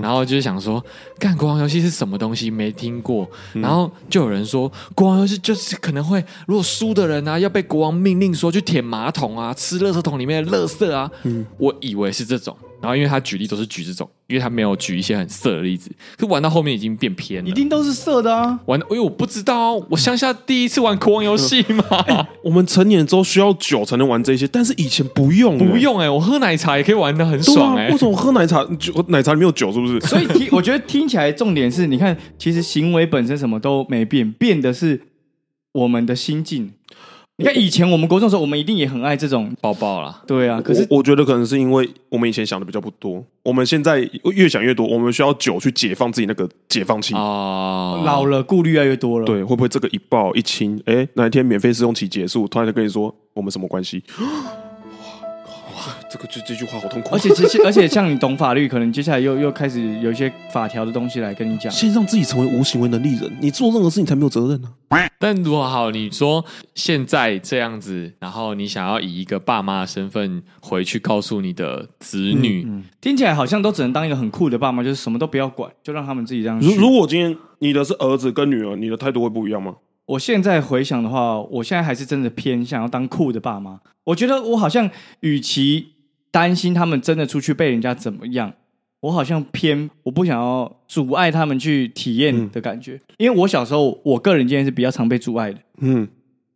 Speaker 3: 然后就是想说，干国王游戏是什么东西没听过，然后就有人说国王游戏就是可能会，如果输的人啊要被国王命令说去舔马桶啊，吃垃圾桶里面的垃圾啊，我以为是这种，然后因为他举例都是举这种，因为他没有举一些很色的例子，可玩到后面已经变偏了，
Speaker 5: 一定都是色的啊。
Speaker 3: 玩到，因为我不知道啊，我乡下第一次玩国王游戏嘛，
Speaker 4: 我们成年之后需要酒才能玩这些，但是以前不用，欸
Speaker 3: 不用哎、我喝奶茶也可以玩的很
Speaker 4: 嗯对
Speaker 3: 爽哎、
Speaker 4: 啊，为什么喝奶茶酒奶茶里面有酒是不是？
Speaker 5: 欸所以 听，我觉得听起来重点是，你看，其实行为本身什么都没变，变的是我们的心境。你看，以前我们国中的时候，我们一定也很爱这种，
Speaker 3: 抱抱啦，
Speaker 5: 对啊。可是
Speaker 4: 我我觉得可能是因为我们以前想的比较不多，我们现在越想越多，我们需要酒去解放自己那个解放期。
Speaker 3: 哦，
Speaker 5: 老了，顾虑越来越多了。，
Speaker 4: 啊对，会不会这个一抱一亲，哎、哪一天免费试用期结束，突然就跟你说我们什么关系？ 哇哇，这个这这句话好痛苦。
Speaker 5: 而且其实，而且像你懂法律，可能接下来又又开始有一些法条的东西来跟你讲。
Speaker 4: 先让自己成为无行为能力人，你做任何事情才没有责任啊呢、
Speaker 3: 但如果好，你说现在这样子，然后你想要以一个爸妈的身份回去告诉你的子女，
Speaker 4: 嗯
Speaker 5: 听起来好像都只能当一个很酷的爸妈，就是什么都不要管，就让他们自己这样去
Speaker 4: 如如果今天你的是儿子跟女儿，你的态度会不一样吗？
Speaker 5: 我现在回想的话，我现在还是真的偏向要当酷的爸妈。我觉得我好像，与其担心他们真的出去被人家怎么样，我好像偏我不想要阻碍他们去体
Speaker 3: 嗯
Speaker 5: 验的感觉。因为我小时候，我个人经验是比较常被阻碍的。
Speaker 4: 嗯，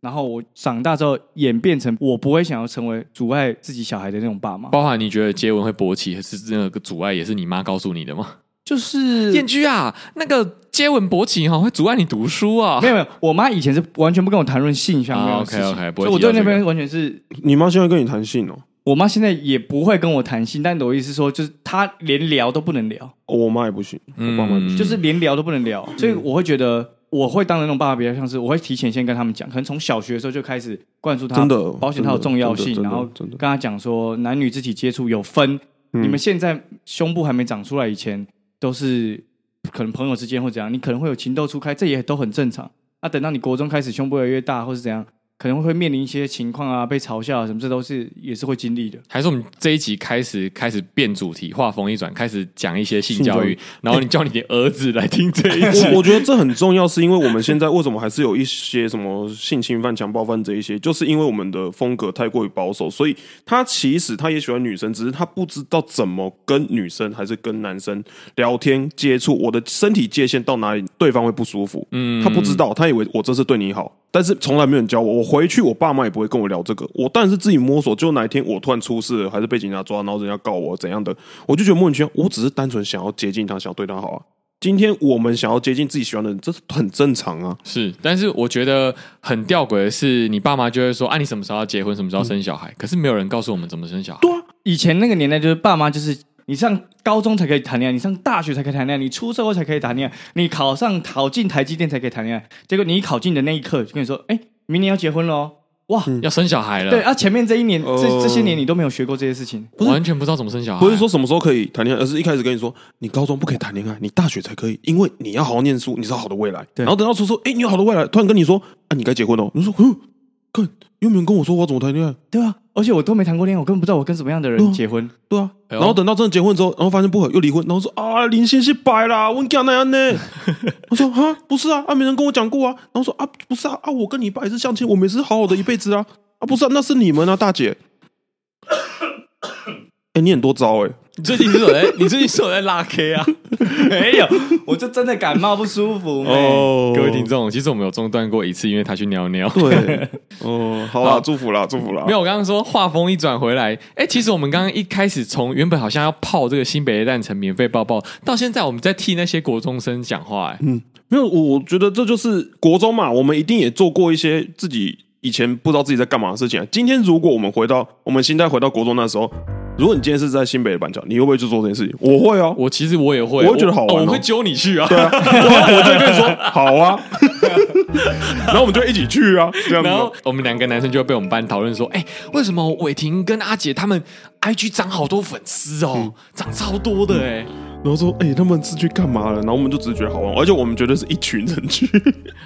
Speaker 5: 然后我长大之后演变成，我不会想要成为阻碍自己小孩的那种爸妈，
Speaker 3: 包含你觉得接吻会勃起是那个阻碍，也是你妈告诉你 的吗？
Speaker 5: 就是
Speaker 3: 燕居啊，那个接吻勃起哈、会阻碍你读书啊
Speaker 5: 没。有没有，我妈以前是完全不跟我谈论性相关
Speaker 3: 啊
Speaker 5: 的事情，
Speaker 3: ，OK，OK，不会
Speaker 5: 所以我对
Speaker 3: 提
Speaker 5: 那
Speaker 3: 到这个
Speaker 5: 边完全是
Speaker 4: 你妈现在跟你谈性哦、
Speaker 5: 我妈现在也不会跟我谈心，但我意思是说，就是她连聊都不能聊，
Speaker 4: 哦我妈也 不行，我爸妈也不行。
Speaker 3: 嗯
Speaker 5: 就是连聊都不能聊，所以
Speaker 4: 嗯
Speaker 5: 我会觉得我会当的那种爸爸比较像是，我会提前先跟他们讲，可能从小学的时候就开始灌输他
Speaker 4: 真的
Speaker 5: 保险套的重要性
Speaker 4: 真，的真的
Speaker 5: 然后
Speaker 4: 真的
Speaker 5: 跟他讲说男女肢体接触有分，
Speaker 4: 嗯
Speaker 5: 你们现在胸部还没长出来以前都是可能朋友之间或怎样，你可能会有情窦初开，这也都很正常。那等到你国中开始胸部越来越大或是怎样，可能会面临一些情况啊，被嘲笑啊什么，这都是也是会经历的。
Speaker 3: 还是我们这一集开始开始变主题，话锋一转，开始讲一些性
Speaker 4: 性
Speaker 3: 教
Speaker 4: 教
Speaker 3: 育
Speaker 4: 育，
Speaker 3: 然后你叫你的儿子来听这一 集。
Speaker 4: 我我觉得这很重要，是因为我们现在为什么还是有一些什么性侵犯、强暴犯这一些，就是因为我们的风格太过于保守，所以他其实他也喜欢女生，只是他不知道怎么跟女生还是跟男生聊天接触，我的身体界限到哪里，对方会不舒服。嗯，他不知道，他以为我这是对你好，但是从来没有人教我。我回去，我爸妈也不会跟我聊这个，我当然是自己摸索。就哪一天我突然出事了，还是被警察抓，然后人家告我怎样的，我就觉得莫名其妙。我只是单纯想要接近他，想要对他好啊。今天我们想要接近自己喜欢的人，这是很正常啊。
Speaker 3: 是，但是我觉得很吊诡的是，你爸妈就会说啊，你什么时候要结婚，什么时候要生小
Speaker 4: 嗯
Speaker 3: 孩，可是没有人告诉我们怎么生小孩。
Speaker 4: 啊
Speaker 5: 以前那个年代，就是爸妈就是你上高中才可以谈恋爱，你上大学才可以谈恋爱，你出社会才可以谈恋爱，你考上考进台积电才可以谈恋爱。结果你一考进的那一刻，就跟你说，哎、明年要结婚喽！哇，
Speaker 3: 要生小孩了，
Speaker 5: 对啊，前面这一年、
Speaker 4: 哦
Speaker 5: 这这些年你都没有学过这些事情，
Speaker 3: 我完全不知道怎么生小孩。
Speaker 4: 不是说什么时候可以谈恋爱，而是一开始跟你说，你高中不可以谈恋爱，你大学才可以，因为你要好好念书，你才有好的未来。然后等到出社会，哎、你有好的未来，突然跟你说，啊，你该结婚了。你说，嗯，看有没有人跟我说我要怎么谈恋爱？
Speaker 5: 对啊，而且我都没谈过恋爱，我根本不知道我跟什么样的
Speaker 4: 对
Speaker 5: 人
Speaker 4: 啊
Speaker 5: 结婚。
Speaker 4: 对啊，
Speaker 3: 哎呦
Speaker 4: 然后等到真的结婚之后，然后发现不合又离婚，然后说啊，零星是白啦，我讲那样 呢？我说啊，不是啊，啊，没人跟我讲过啊。然后说啊，不是啊，啊，我跟你爸也是相亲，我们也是好好的一辈子 啊，啊，不是啊，那是你们啊，大姐。哎、你很多招哎、
Speaker 3: 你最近是有在，你最近是有在拉 K 啊？
Speaker 5: 没有，我就真的感冒不舒服。哦，
Speaker 4: 哦
Speaker 3: 哎各位听众，其实我们有中断过一次，因为他去尿 尿。
Speaker 4: 对，哦，好啦，
Speaker 3: 好
Speaker 4: 祝福啦，祝福啦
Speaker 3: 没。有，我刚刚说话锋一转回来，哎、其实我们刚刚一开始从原本好像要泡这个新北耶诞城免费抱抱，到现在我们在替那些国中生讲话、
Speaker 4: 嗯
Speaker 3: 哎、
Speaker 4: 没有，我我觉得这就是国中嘛，我们一定也做过一些自己以前不知道自己在干嘛的事情、啊。今天如果我们回到我们心态回到国中那时候，如果你今天是在新北的板桥，你会不会去做这件事情？我会哦，
Speaker 3: 我其实我也会，
Speaker 4: 我会觉得好玩哦
Speaker 3: 我会揪你去啊。
Speaker 4: 对啊，我我就会跟你说好啊，然后我们就一起去啊，这样子
Speaker 3: 然。后我们两个男生就会被我们班讨论说：“哎、为什么伟霆跟阿姐他们 IG 涨好多粉丝哦，涨超多的哎、
Speaker 4: 然后说，哎、他们是去干嘛了？然后我们就只是觉得好玩，而且我们绝对是一群人去。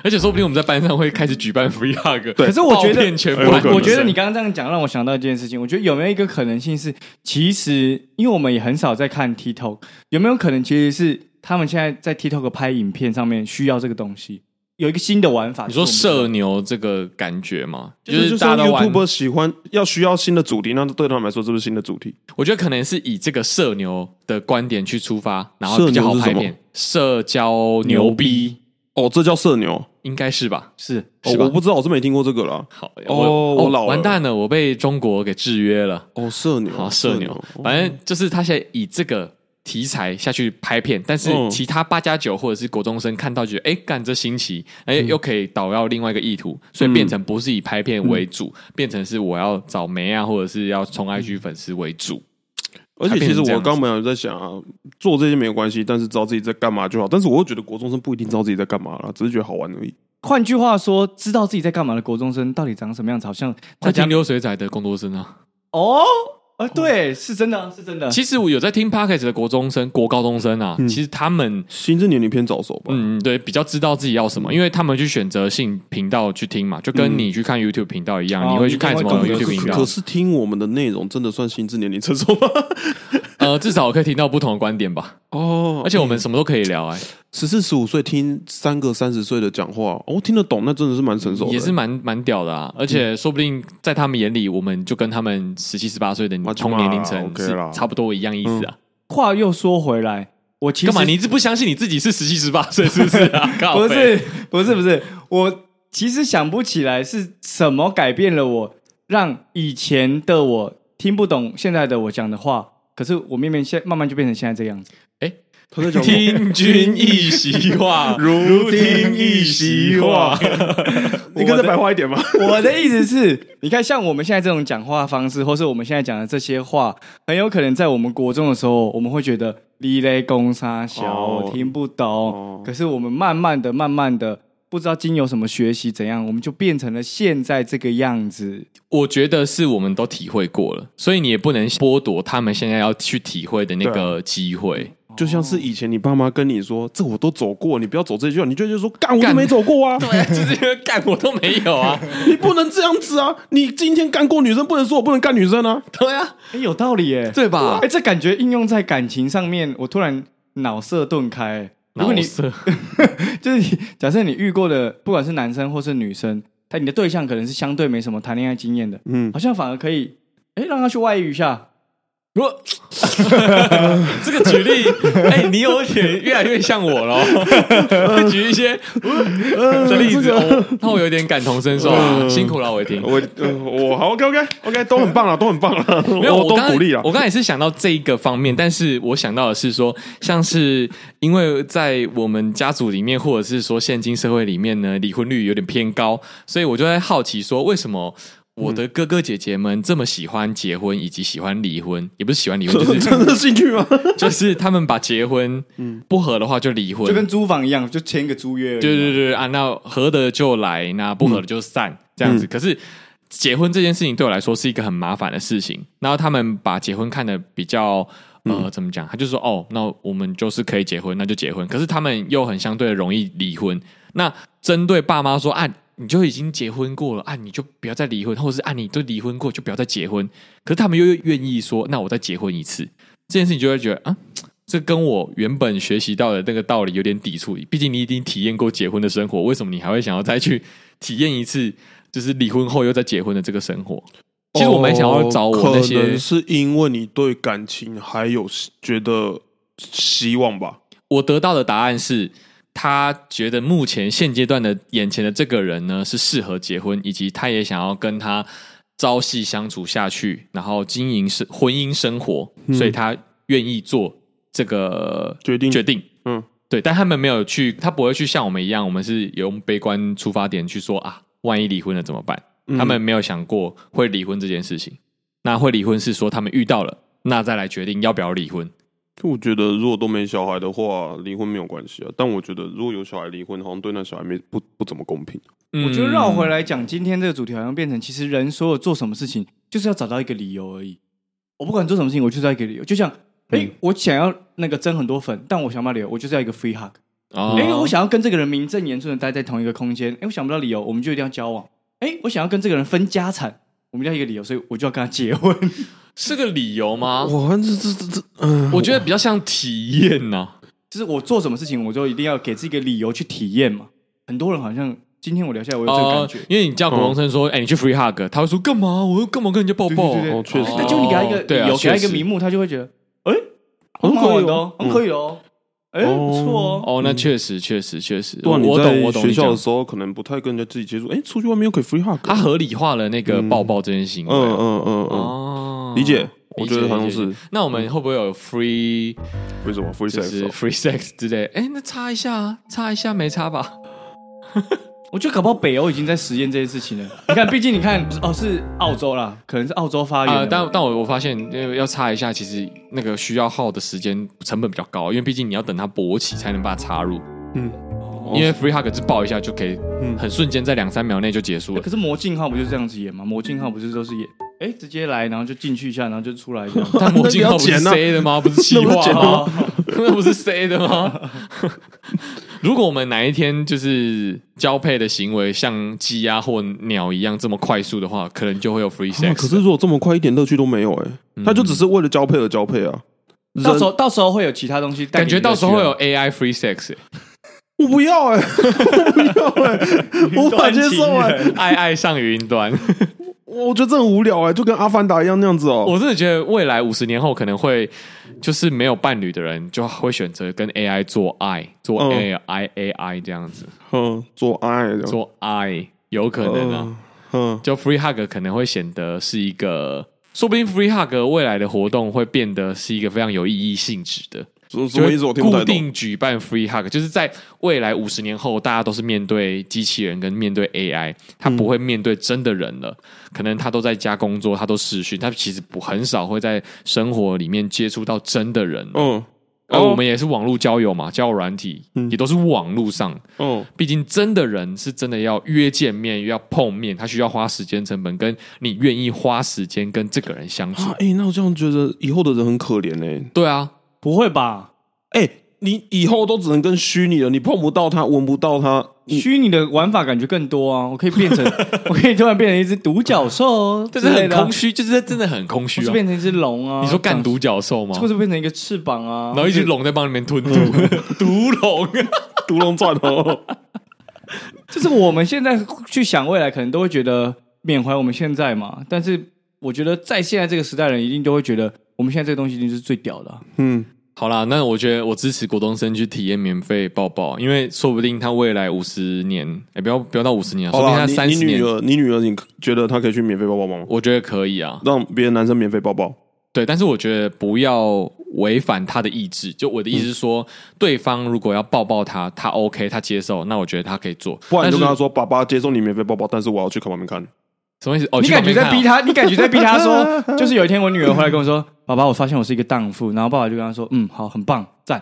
Speaker 3: 而且说不定我们在班上会开始举办 free hug，
Speaker 4: 对
Speaker 5: 可是我觉
Speaker 3: 爆
Speaker 5: 得
Speaker 3: 遍全
Speaker 4: 哎有可
Speaker 3: 班。
Speaker 4: 能
Speaker 5: 我觉得你刚刚这样讲，让我想到一件事情。我觉得有没有一个可能性是，其实因为我们也很少在看 TikTok，有没有可能其实是他们现在在 TikTok 拍影片上面需要这个东西，有一个新的玩法？
Speaker 3: 你说
Speaker 5: 就是我们
Speaker 3: 社牛这个感觉嘛，就
Speaker 4: 就是
Speaker 3: 大家
Speaker 4: 像
Speaker 3: 都玩
Speaker 4: YouTube 喜欢要需要新的主题，那对他们来说这是新的主题。
Speaker 3: 我觉得可能是以这个社牛的观点去出发，然后比较好拍片。社交牛逼
Speaker 4: 哦，这叫社牛，
Speaker 3: 应该是吧？
Speaker 5: 是
Speaker 4: 哦
Speaker 3: 是、吧
Speaker 4: 我不知道，我是没听过这个啦。
Speaker 3: 好，
Speaker 4: 哦
Speaker 3: 我
Speaker 4: 我老了
Speaker 3: 完蛋了，我被中国给制约了。
Speaker 4: 哦，社牛，
Speaker 3: 好，社牛，哦反正就是他现在以这个题材下去拍片，但是
Speaker 4: 嗯
Speaker 3: 其他八加九或者是国中生看到觉得，哎、干这新奇，哎、又可以导到另外一个意图，所以变成不是以拍片为主，变成是我要找媒啊，或者是要冲 IG 粉丝为主。
Speaker 4: 而且其实
Speaker 3: 它变成这
Speaker 4: 我
Speaker 3: 样子
Speaker 4: 刚本来有在想啊，做这些没有关系，但是知道自己在干嘛就好。但是我又觉得国中生不一定知道自己在干嘛啦，只是觉得好玩而已。
Speaker 5: 换句话说，知道自己在干嘛的国中生到底长什么样子，好像
Speaker 3: 在
Speaker 5: 大家
Speaker 3: 听流水仔的工作生啊，
Speaker 5: 哦，啊，对，是真的，啊是真的。
Speaker 3: 其实我有在听 podcast 的国中生、国高中生啊，其实他们
Speaker 4: 心智年龄偏早熟吧？
Speaker 3: 嗯对比较知道自己要什么，因为他们去选择性频道去听嘛，就跟你去看 YouTube 频道一样，
Speaker 5: 哦
Speaker 3: 嗯你会去看什么
Speaker 5: 你会懂得
Speaker 3: YouTube 频
Speaker 4: 可
Speaker 3: 道？
Speaker 4: 是听我们的内容真的算心智年龄成熟 吗？
Speaker 3: 呃，至少我可以听到不同的观点吧。
Speaker 4: 哦嗯
Speaker 3: 而且我们什么都可以聊，哎，
Speaker 4: 十四十五岁听三个三十岁的讲话，哦我、听得懂，那真的是蛮成熟的，
Speaker 3: 也是蛮蛮屌的啊。而且说不定在他们眼里，我们就跟他们十七、十八岁的
Speaker 4: 啊
Speaker 3: 同年
Speaker 4: 就
Speaker 3: 龄
Speaker 4: 嘛
Speaker 3: 层
Speaker 4: OK
Speaker 3: 是
Speaker 4: 啦
Speaker 3: 差不多一样意思啊。
Speaker 5: 话又说回来，我其实
Speaker 3: 干嘛？你一直不相信你自己是十七、十八岁是不是啊？靠
Speaker 5: 不
Speaker 3: 北
Speaker 5: 是 不是不是，我其实想不起来是什么改变了我，让以前的我听不懂现在的我讲的话，可是我面面现慢慢就变成现在这样子。
Speaker 4: 他在讲什么
Speaker 3: 听君一席话，
Speaker 4: 如
Speaker 3: 听一席话。
Speaker 4: 你跟着白话一点吗？
Speaker 5: 我的意思是，你看，像我们现在这种讲话方式，或是我们现在讲的这些话，很有可能在我们国中的时候，我们会觉得离雷公沙小，
Speaker 4: 哦
Speaker 5: 我听不懂。
Speaker 4: 哦
Speaker 5: 可是我们慢慢的、慢慢的，不知道经由什么学习，怎样，我们就变成了现在这个样子。
Speaker 3: 我觉得是我们都体会过了，所以你也不能剥夺他们现在要去体会的那个机会。
Speaker 4: 就像是以前你爸妈跟你说，这我都走过，你不要走这一句话，你就觉得说干我都没走过啊，
Speaker 3: 对啊，就是因为干我都没有啊。
Speaker 4: 你不能这样子啊！你今天干过女生，不能说我不能干女生啊！
Speaker 3: 对啊，
Speaker 5: 哎，有道理耶，
Speaker 3: 对吧
Speaker 5: 哎，这感觉应用在感情上面，我突然脑色顿开。如果你
Speaker 3: 老色
Speaker 5: 就是你假设你遇过的，不管是男生或是女生，他你的对象可能是相对没什么谈恋爱经验的，
Speaker 4: 嗯
Speaker 5: 好像反而可以，哎，让他去外遇一下。
Speaker 3: 如果 这个举例，哎、你有点越来越像我了 哦，会举一些呃的例子，哦那、我有点感同身受啊，辛苦了，伟霆。
Speaker 4: 呃我呃我好 OK OK OK 都很棒啊了，都很棒了，
Speaker 3: 没有，
Speaker 4: 我都
Speaker 3: 刚才
Speaker 4: 鼓励了啊
Speaker 3: 我。刚才也是想到这一个方面，但是我想到的是说，像是因为在我们家族里面，或者是说现今社会里面呢，离婚率有点偏高，所以我就在好奇说，为什么？我的哥哥姐姐们这么喜欢结婚，以及喜欢离婚，也不是喜欢离婚，就是
Speaker 4: 真的兴趣吗？
Speaker 3: 就是他们把结婚，不合的话就离婚，
Speaker 5: 就跟嗯租房一样，就签一个租约而已嘛。
Speaker 3: 对对对啊，那合的就来，那不合的就散，这样子。可是结婚这件事情对我来说是一个很麻烦的事情，然后他们把结婚看得比较。呃，怎么讲？他就说哦，那我们就是可以结婚，那就结婚。可是他们又很相对的容易离婚。那针对爸妈说啊，你就已经结婚过了啊，你就不要再离婚，或者是啊，你都离婚过就不要再结婚。可是他们又愿意说，那我再结婚一次，这件事情就会觉得啊，这跟我原本学习到的那个道理有点抵触。毕竟你已经体验过结婚的生活，为什么你还会想要再去体验一次，就是离婚后又再结婚的这个生活？ 其实我蛮想要找我那
Speaker 4: 哦可
Speaker 3: 些
Speaker 4: 能是因为你对感情还有觉得希望吧？
Speaker 3: 我得到的答案是，他觉得目前现阶段的眼前的这个人呢是适合结婚，以及他也想要跟他朝夕相处下去，然后经营生婚姻生活，所以他愿意做这个
Speaker 4: 嗯决定
Speaker 3: 决定。
Speaker 4: 嗯，
Speaker 3: 对，但他们没有去，他不会去像我们一样，我们是有用悲观出发点去说啊，万一离婚了怎么办？嗯
Speaker 4: 嗯
Speaker 3: 他们没有想过会离婚这件事情。那会离婚是说他们遇到了，那再来决定要不要离婚。
Speaker 4: 就我觉得，如果都没小孩的话，离婚没有关系啊。但我觉得，如果有小孩离婚，好像对那小孩没不不怎么公平。
Speaker 3: 嗯
Speaker 5: 我觉得绕回来讲，今天这个主题好像变成，其实人所有做什么事情，就是要找到一个理由而已。我不管做什么事情，我就是要一个理由。就像，哎、
Speaker 3: 嗯
Speaker 5: 我想要那个增很多粉，但我想不到理由，我就是要一个 free hug。
Speaker 3: 哦，
Speaker 5: 哎、我想要跟这个人名正言顺的待在同一个空间，哎、我想不到理由，我们就一定要交往。哎、我想要跟这个人分家产，我们一定要一个理由，所以我就要跟他结婚。
Speaker 3: 是个理由吗？
Speaker 4: 哇，这这这这，嗯、
Speaker 3: 我觉得比较像体验呐、
Speaker 5: 就是我做什么事情，我就一定要给自己一个理由去体验嘛。很多人好像今天我聊下来，我有这个感
Speaker 3: 哦
Speaker 5: 觉。，
Speaker 3: 因为你叫国中生
Speaker 4: 嗯
Speaker 3: 说，哎、你去 free hug，他会说干嘛？我又干嘛跟人家抱抱？
Speaker 5: 对对对
Speaker 4: 哦，确实
Speaker 5: 哎，但就你给他一个
Speaker 3: 哦对啊
Speaker 5: 理由，给他一个
Speaker 3: 确实
Speaker 5: 名目，他就会觉得，哎、
Speaker 4: 很
Speaker 5: 很
Speaker 4: 可以哦
Speaker 5: 好玩的哦，很可以哦，哎、
Speaker 4: 哦
Speaker 5: 不错哦。
Speaker 3: 哦，那确实确实确实，
Speaker 4: 对啊
Speaker 3: 我
Speaker 4: 你
Speaker 3: 我懂我
Speaker 4: 在
Speaker 3: 懂
Speaker 4: 学
Speaker 3: 你
Speaker 4: 校的
Speaker 3: 讲。
Speaker 4: 时候可能不太跟人家自己接触，哎、出去外面又可以 free hug，
Speaker 3: 他合理化了那个抱抱这件行为。
Speaker 4: 嗯嗯嗯嗯，
Speaker 3: 哦，
Speaker 4: 理解。我觉得好像
Speaker 3: 理解
Speaker 4: 是
Speaker 3: 理解那我们会不会有 free
Speaker 4: 为什么 free
Speaker 3: 就是
Speaker 4: sex？哦
Speaker 3: free sex 之类？哎、那擦一下啊，擦一下没擦吧？
Speaker 5: 我觉得搞不好北欧已经在实验这件事情了。你看，毕竟你看，哦，是澳洲啦，可能是澳洲发源
Speaker 3: 啊、
Speaker 5: 的嘛、
Speaker 3: 但但我我发现呃要擦一下，其实那个需要耗的时间成本比较高，因为毕竟你要等它勃起才能把它插入。
Speaker 4: 嗯，
Speaker 3: 因为 free hug 只抱一下就可以
Speaker 4: 嗯，
Speaker 3: 很瞬间在两三秒内就结束 了
Speaker 5: 哎可。是魔镜号不就是这样子演吗？魔镜号不是都是演，
Speaker 3: 嗯
Speaker 5: 哎、直接来，然后就进去一下，然后就出来这样。
Speaker 3: 但魔镜号不是
Speaker 4: 那不要剪啊
Speaker 3: C 的吗？不是气化
Speaker 5: 好好
Speaker 3: 吗？
Speaker 5: 好
Speaker 3: 那不是 C 的吗？ 如果我们哪一天就是交配的行为像鸡啊或鸟一样这么快速的话，可能就会有 free
Speaker 4: 啊可
Speaker 3: sex 嗯
Speaker 4: 是。如果这么快一点乐趣都没有、哎、他就只是为了交配而交配啊。人
Speaker 5: 到时候到时候会有其他东西带
Speaker 3: 感
Speaker 5: 给你乐趣啊，
Speaker 3: 觉到时候会有 AI free sex，欸
Speaker 4: 我不要哎、我不要哎、 无法接受
Speaker 3: 啊
Speaker 4: 哎、
Speaker 5: 人
Speaker 3: 爱爱上云端。
Speaker 4: 我觉得这很无聊哎、就跟阿凡达一样那样子哦、
Speaker 3: 我真的觉得未来五十年后可能会，就是没有伴侣的人就会选择跟 AI 做爱，做
Speaker 4: 嗯
Speaker 3: AI AI 这样子
Speaker 4: 嗯，做爱这样
Speaker 3: 做爱，有可能啊。
Speaker 4: 嗯，
Speaker 3: 就 free hug 可能会显得是一个，说不定 free hug 未来的活动会变得是一个非常有意义性质的，
Speaker 4: 什么什么意思？我听不
Speaker 3: 就
Speaker 4: 太
Speaker 3: 会固
Speaker 4: 懂。
Speaker 3: 定举办 free hug，就是在未来五十年后，大家都是面对机器人跟面对 AI，他不会面对真的人了。可能他都在家工作，他都视讯，他其实不很少会在生活里面接触到真的人。
Speaker 4: 嗯
Speaker 3: 而
Speaker 4: 哦
Speaker 3: 我们也是网络交友嘛，交友软体、也都是网络上，
Speaker 4: 嗯，
Speaker 3: 毕竟真的人是真的要约见面，要碰面，他需要花时间成本，跟你愿意花时间跟这个人相处
Speaker 4: 啊，。哎、那我这样觉得以后的人很可怜哎、
Speaker 3: 对啊，
Speaker 5: 不会吧？
Speaker 4: 哎、你以后都只能跟虚拟的，你碰不到他，闻不到他，
Speaker 3: 嗯
Speaker 4: 嗯 你
Speaker 5: 虚拟的玩法感觉更多啊！我可以变成，我可以突然变成一只独角兽
Speaker 3: 这
Speaker 5: 之
Speaker 3: 是
Speaker 5: 类
Speaker 3: 很
Speaker 5: 的啊，
Speaker 3: 空虚，就是真的很空
Speaker 5: 或
Speaker 3: 虚
Speaker 5: 是
Speaker 3: 啊。
Speaker 5: 变成一只龙啊。
Speaker 3: 你说干独角兽吗？
Speaker 5: 或是变成一个翅膀啊，
Speaker 3: 然后一只龙在帮你们吞吐，毒龙。
Speaker 4: 独龙转头。
Speaker 5: 就是我们现在去想未来，可能都会觉得缅怀我们现在嘛。但是我觉得在现在这个时代，人一定都会觉得我们现在这个东西一定是最屌的啊、
Speaker 4: 嗯，
Speaker 3: 好啦，那我觉得我支持国中生去体验免费抱抱，因为说不定他未来五十年，哎、不要不要到五十年啊，说
Speaker 4: 好
Speaker 3: 不定他
Speaker 4: 啦，你
Speaker 3: 三
Speaker 4: 你
Speaker 3: 十
Speaker 4: 女
Speaker 3: 年，
Speaker 4: 儿，你女儿，你觉得她可以去免费抱抱吗？
Speaker 3: 我觉得可以啊。
Speaker 4: 让别的男生免费抱抱？
Speaker 3: 对，但是我觉得不要违反他的意志。就我的意思是说，对方如果要抱抱他，他 OK，他接受，那我觉得他可以做。
Speaker 4: 不然你就
Speaker 3: 但是
Speaker 4: 跟 她说：“爸爸接受你免费抱抱，但是我要去看旁边 看。
Speaker 3: 什么意思？哦，
Speaker 5: 你
Speaker 3: 去
Speaker 5: 感
Speaker 3: 旁
Speaker 5: 觉
Speaker 3: 边
Speaker 5: 在逼
Speaker 3: 看啊？
Speaker 5: 他，你感觉在逼他 说，就是有一天我女儿回来跟我说：“爸爸，我发现我是一个荡妇。”然后爸爸就跟她说：“嗯，好，很棒，赞。”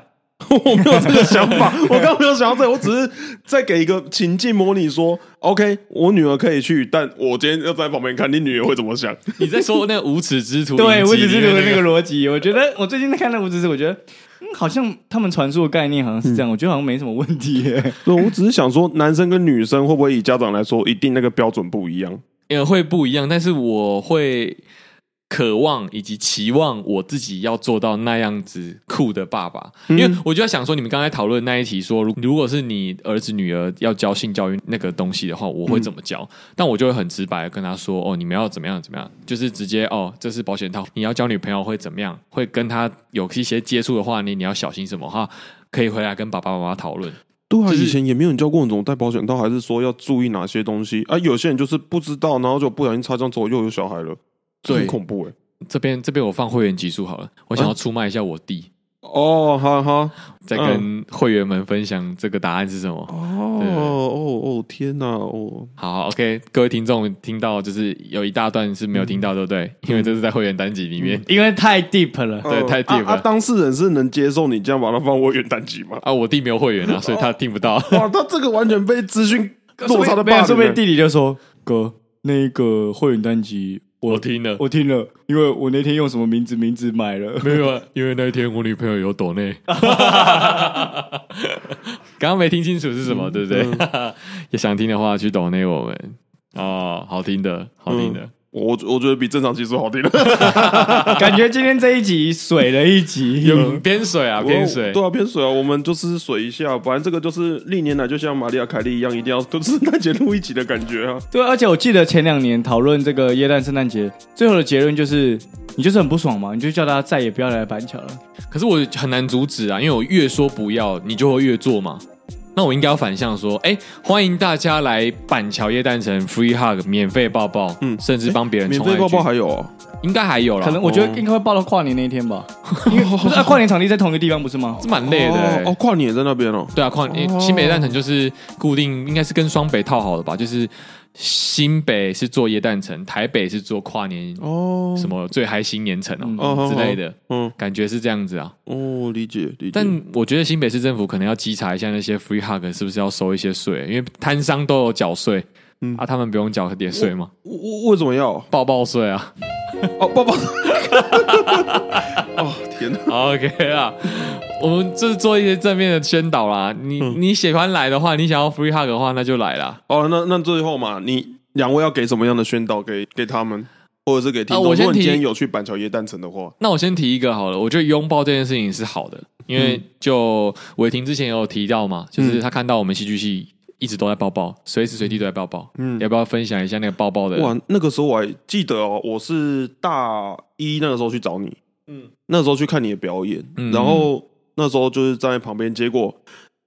Speaker 4: 我没有这个想法，我刚没有想到这个，我只是在给一个情境模拟说：“OK，我女儿可以去，但我今天要在旁边看，你女儿会怎么想？”
Speaker 3: 你在说那个无耻之徒？
Speaker 5: 对，我只是觉
Speaker 3: 觉
Speaker 5: 得
Speaker 3: 得
Speaker 5: 那个逻辑，我觉得我最近在看那无知是，我觉得、嗯、 好像他们传输的概念好像是这样，我觉得好像没什么问题耶。
Speaker 4: 对，我只是想说，男生跟女生会不会
Speaker 3: 呃
Speaker 4: 以家长来说，一定那个标准不一样？
Speaker 3: 也会不一样，但是我会渴望以及期望我自己要做到那样子酷的爸爸，因为我就在想说，你们刚才讨论那一题说，如如果是你儿子女儿要教性教育那个东西的话，我会怎么教？但我就会很直白地跟他说，哦，你们要怎么样怎么样，就是直接哦，这是保险套，你要交女朋友会怎么样？会跟他有一些接触的话，你你要小心什么哈？可以回来跟爸爸妈妈讨论。
Speaker 4: 对啊，
Speaker 3: 就是
Speaker 4: 以前也没有人教过你怎么戴保险套，还是说要注意哪些东西啊？有些人就是不知道，然后就不小心擦枪走火又有小孩了，这
Speaker 3: 对
Speaker 4: 很恐怖哎、
Speaker 3: 这边这边我放会员集数好了，我想要出卖一下我弟，
Speaker 4: 哦，哈哈，
Speaker 3: 再跟会员们分享这个答案是什么。
Speaker 4: 哦
Speaker 3: 对
Speaker 4: 哦哦，天哪，哦，
Speaker 3: 好，OK，各位听众听到就是有一大段是没有听到，对不对？因为这是在会员单集里面
Speaker 5: 因为太 deep 了。
Speaker 3: 对
Speaker 4: 呃
Speaker 3: 太 deep
Speaker 4: 啊啊
Speaker 3: 了？
Speaker 4: 当事人是能接受你这样把它放我元旦集吗
Speaker 3: 啊，我弟没有会员 啊，所以他听不到。
Speaker 4: 哇，他这个完全被资讯落差的
Speaker 5: 没
Speaker 4: 霸
Speaker 5: 有，说不定
Speaker 4: 凌欸。
Speaker 5: 弟弟就说：“哥，那个会员单集
Speaker 3: 我听了，
Speaker 5: 我听了，因为我那天用什么名字名字买了。
Speaker 3: 没有啊，因为那一天我女朋友有抖 内，刚刚没听清楚是什么，对不对？ 也想听的话去抖内我们哦，好听的，好听的。
Speaker 4: 我我觉得比正常集数好听
Speaker 5: 感觉今天这一集水了一 集，
Speaker 3: 有边水啊，边水
Speaker 4: 我，对啊，偏水啊，我们就是水一下，反正这个就是历年来就像玛利亚凯莉一样，一定要都是圣诞节录一集的感觉 啊。
Speaker 5: 对，而且我记得前两年讨论这个耶诞圣诞节，最后的结论就是，你就是很不爽嘛，你就叫大家再也不要来板桥了。
Speaker 3: 可是我很难阻止啊，因为我越说不要，你就会越做嘛。那我应该要反向说，哎、欢迎大家来板桥夜诞城 free hug 免费抱抱，嗯，甚至帮别人
Speaker 4: 免
Speaker 3: 冲
Speaker 4: 费
Speaker 3: 爱
Speaker 4: 包包
Speaker 3: 剧
Speaker 4: 还有啊，
Speaker 3: 应该还有啦，
Speaker 5: 可能我觉得应该会报到跨年那一天吧，因为不是、啊、跨年场地在同一个地方不是 吗？
Speaker 3: 是蛮累的、
Speaker 4: 哦
Speaker 3: 欸
Speaker 4: 哦，跨年也在那边哦。
Speaker 3: 对啊，跨年、
Speaker 4: 哦
Speaker 3: 新北蛋城就是固定，应该是跟双北套好的吧？就是新北是做椰蛋城，台北是做跨年、
Speaker 4: 哦，
Speaker 3: 什么最嗨新年城哦、
Speaker 5: 嗯
Speaker 4: 哦
Speaker 3: 之类的，
Speaker 4: 嗯，
Speaker 3: 感觉是这样子啊。
Speaker 4: 哦，理解理解。
Speaker 3: 但我觉得新北市政府可能要稽查一下那些 free hug 是不是要收一些税，因为摊商都有缴税，
Speaker 4: 嗯
Speaker 3: 啊，他们不用缴点税吗？
Speaker 4: 我我为什么要？
Speaker 3: 报报 税啊
Speaker 4: 哦，包包。哦天哪！
Speaker 3: 好，OK 啊，我们就是做一些正面的宣导啦。你、
Speaker 4: 嗯
Speaker 3: 你喜欢来的话，你想要 free hug 的话，那就来啦。
Speaker 4: 哦，那那最后嘛，你两位要给什么样的宣导给给他们，或者是给听
Speaker 3: 啊
Speaker 4: 众？
Speaker 3: 我先
Speaker 4: 如果你
Speaker 3: 提
Speaker 4: 今天有去板桥椰蛋城的话，
Speaker 3: 那我先提一个好了，我觉得拥抱这件事情是好的，因
Speaker 4: 嗯
Speaker 3: 为就伟霆之前也有提到嘛，就是他看到我们戏剧系一直都在抱抱，随时随地都在抱抱，
Speaker 4: 嗯
Speaker 3: 要不要分享一下那个抱抱的？
Speaker 4: 哇，那个时候我还记得哦，我是大一那个时候去找你，嗯，那时候去看你的表演，
Speaker 3: 嗯
Speaker 4: 然后那时候就是站在旁边，结果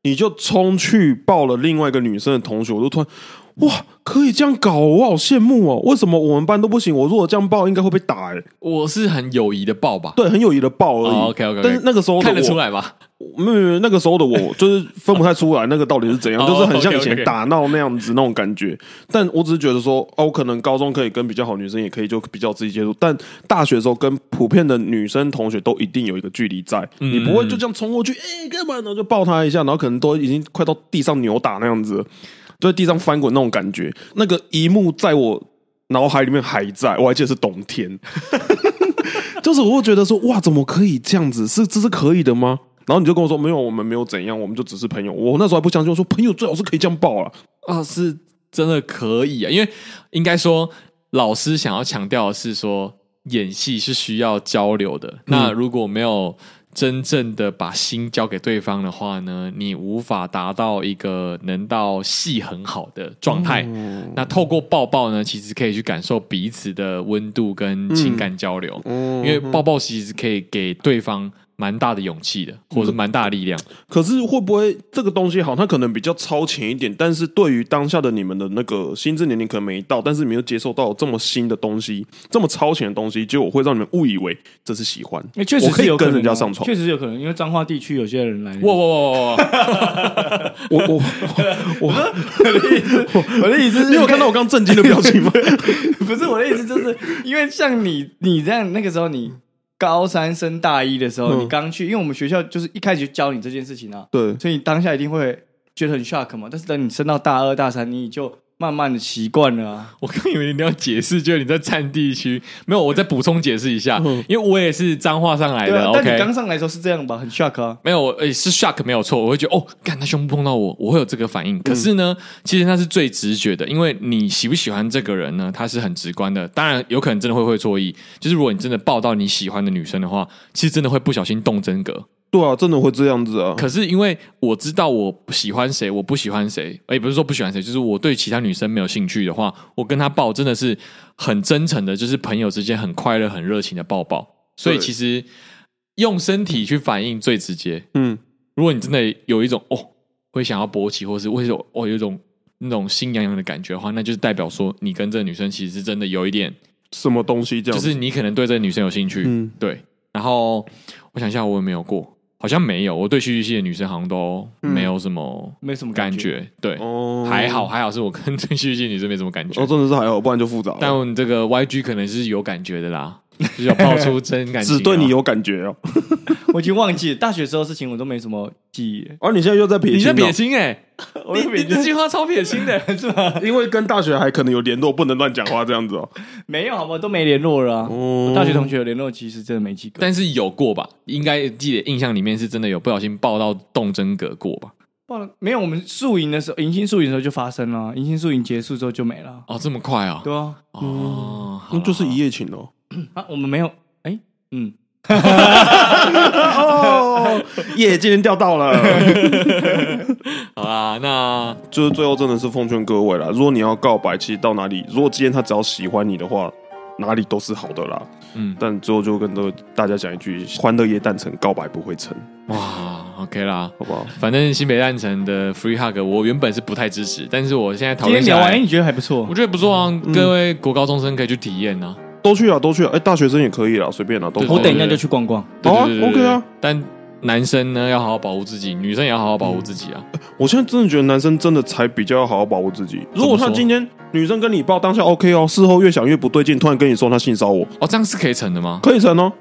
Speaker 4: 你就冲去抱了另外一个女生的同学，我就突然。哇，可以这样搞哦，我好羡慕哦！为什么我们班都不行？我如果这样抱，应该会被打哎、
Speaker 3: 我是很友谊的抱吧？
Speaker 4: 对，很友谊的抱而已。
Speaker 3: 哦，OK，OK，OK
Speaker 4: 但是那个时候的
Speaker 3: 看得
Speaker 4: 我
Speaker 3: 出来吧？
Speaker 4: 没有没有没有，那个时候的我 就是分不太出来那个到底是怎样，
Speaker 3: 哦
Speaker 4: 就是很像以
Speaker 3: OK，OK，OK
Speaker 4: 前打闹那样子那种感觉。但我只是觉得说，哦，我可能高中可以跟比较好女生，也可以就比较自己接触。但大学的时候跟普遍的女生同学都一定有一个距离在，
Speaker 3: 嗯
Speaker 4: 你不会就这样冲过去，哎、干嘛呢？然后就抱她一下，然后可能都已经快到地上扭打那样子了，就在地上翻滚那种感觉。那个一幕在我脑海里面还在，我还记得是冬天。就是我会觉得说，哇，怎么可以这样子？是这是可以的吗？然后你就跟我说，没有，我们没有怎样，我们就只是朋友。我那时候还不相信，我说朋友最好是可以这样抱啊。
Speaker 3: 啊，是真的可以啊，因为应该说老师想要强调的是说，演戏是需要交流的。那如果没有真正的把心交给对方的话呢，你无法达到一个能到戏很好的状态。那透过抱抱呢，其实可以去感受彼此的温度跟情感交流，因为抱抱其实可以给对方蛮大的勇气的，或者是蛮大的力量。
Speaker 4: 可是会不会这个东西好？它可能比较超前一点，但是对于当下的你们的那个心智年龄可能没到，但是你们又接受到这么新的东西，这么超前的东西，结果会让你们误以为这是喜欢。
Speaker 5: 因为确实
Speaker 4: 我可
Speaker 5: 是
Speaker 4: 以
Speaker 5: 有可
Speaker 4: 跟
Speaker 5: 能啊
Speaker 4: 人家上床
Speaker 5: 确。实是有可能，因为彰化地区有些人来，
Speaker 3: 哇哇哇哇哇！
Speaker 4: 我我我我，
Speaker 5: 我的意 思是
Speaker 4: 你有看到我刚震惊的表情吗？
Speaker 5: 不是我的意思，就是因为像你，你这样那个时候，你高三升大一的时候，
Speaker 4: 嗯
Speaker 5: 你刚去，因为我们学校就是一开始就教你这件事情啊，
Speaker 4: 对，
Speaker 5: 所以你当下一定会觉得很 shock 嘛。但是等你升到大二、大三，你就慢慢的习惯了啊。
Speaker 3: 我刚以为你要解释，就是你在占地区，没有，我再补充解释一下，因为我也是彰化上来
Speaker 5: 嗯对
Speaker 3: 的
Speaker 5: 啊，但你刚
Speaker 3: ，OK。
Speaker 5: 上来的时候是这样吧，很 shock 啊。
Speaker 3: 没有，我诶、是 shock 没有错，我会觉得哦，干他胸部碰到我，我会有这个反应。可是呢，
Speaker 5: 嗯
Speaker 3: 其实那是最直觉的，因为你喜不喜欢这个人呢，他是很直观的。当然，有可能真的会会错意，就是如果你真的抱到你喜欢的女生的话，其实真的会不小心动真格。
Speaker 4: 对啊，真的会这样子啊。
Speaker 3: 可是因为我知道我喜欢谁，我不喜欢谁，也不是说不喜欢谁，就是我对其他女生没有兴趣的话，我跟她抱真的是很真诚的，就是朋友之间很快乐、很热情的抱抱。所以
Speaker 4: 对
Speaker 3: 其实用身体去反应最直接。
Speaker 4: 嗯，
Speaker 3: 如果你真的有一种哦，会想要勃起，或是为什么哦有一种那种心痒痒的感觉的话，那就是代表说你跟这个女生其实是真的有一点
Speaker 4: 什么东西这样
Speaker 3: 就
Speaker 4: 子？
Speaker 3: 是你可能对这个女生有兴趣，
Speaker 4: 嗯
Speaker 3: 对。然后我想一下，我有没有过？好像没有，我对戏剧系的女生好像都没有什么
Speaker 5: 没什么
Speaker 3: 感
Speaker 5: 感
Speaker 3: 觉，对，
Speaker 4: 嗯哦
Speaker 3: 还好还好，是我跟对戏剧系的女生没什么感觉。
Speaker 4: 哦，真的是还好，不然就复杂了。
Speaker 3: 但我们这个 YG 可能是有感觉的啦，就是要爆出真感情、啊
Speaker 4: 只对你。有感觉哦。
Speaker 5: 我已经忘记了大学时候的事情，我都没什么记忆。
Speaker 4: 啊而你现在又在撇
Speaker 3: 你
Speaker 4: 清哦
Speaker 3: 在
Speaker 4: 了，
Speaker 3: 撇清哎、
Speaker 5: 我
Speaker 3: 你
Speaker 5: 也
Speaker 3: 你
Speaker 5: 没
Speaker 3: 这句话超撇清的、
Speaker 5: 是吧？
Speaker 4: 因为跟大学还可能有联络，不能乱讲话这样子哦。
Speaker 5: 没有好吗？都没联络了啊。
Speaker 4: 哦
Speaker 5: 我大学同学有联络其实真的没几个。
Speaker 3: 但是有过吧？应该记得印象里面是真的有不小心爆到动真格过吧？
Speaker 5: 忘了没有？我们宿营的时候，迎新宿营的时候就发生了，啊迎新宿营结束之后就没了。啊
Speaker 3: 哦，这么快哦？
Speaker 5: 对啊，
Speaker 3: 哦，好
Speaker 4: 那
Speaker 3: 啦
Speaker 4: 就是一夜情哦。
Speaker 5: 啊，我们没有，哎，嗯，
Speaker 4: 哦，耶，今天钓到 了。
Speaker 3: 好啦，那
Speaker 4: 就是最后真的是奉劝各位啦，如果你要告白，其实到哪里，如果今天他只要喜欢你的话，哪里都是好的啦。
Speaker 3: 嗯，
Speaker 4: 但最后就跟各位大家讲一句：欢乐夜诞城，告白不会成，
Speaker 3: 哇，OK 啦，
Speaker 4: 好不好？
Speaker 3: 反正新北诞城的 Free Hug 我原本是不太支持，但是我现在讨
Speaker 5: 今
Speaker 3: 论
Speaker 5: 天聊
Speaker 3: 下
Speaker 5: 完，哎
Speaker 3: 来，
Speaker 5: 你觉得还不错
Speaker 3: 我？觉得不错啊，各位国高中生可以去体验啊。
Speaker 4: 都去啊，都去啊！哎、大学生也可以啦，随便啦，都
Speaker 3: 对
Speaker 4: 好
Speaker 5: 我
Speaker 3: 对
Speaker 5: 等一下就去逛逛。
Speaker 3: 对
Speaker 4: 好啊
Speaker 3: 对对对
Speaker 4: OK 啊。
Speaker 3: 但男生呢要好好保护自己，女生也要好好保护自己啊。
Speaker 4: 我现在真的觉得男生真的才比较要好好保护自己。
Speaker 3: 说
Speaker 4: 如果他今天女生跟你抱当下 OK 哦，事后越想越不对劲，突然跟你说他性骚扰我，
Speaker 3: 哦，这样是可以成的吗？
Speaker 4: 可以成哦，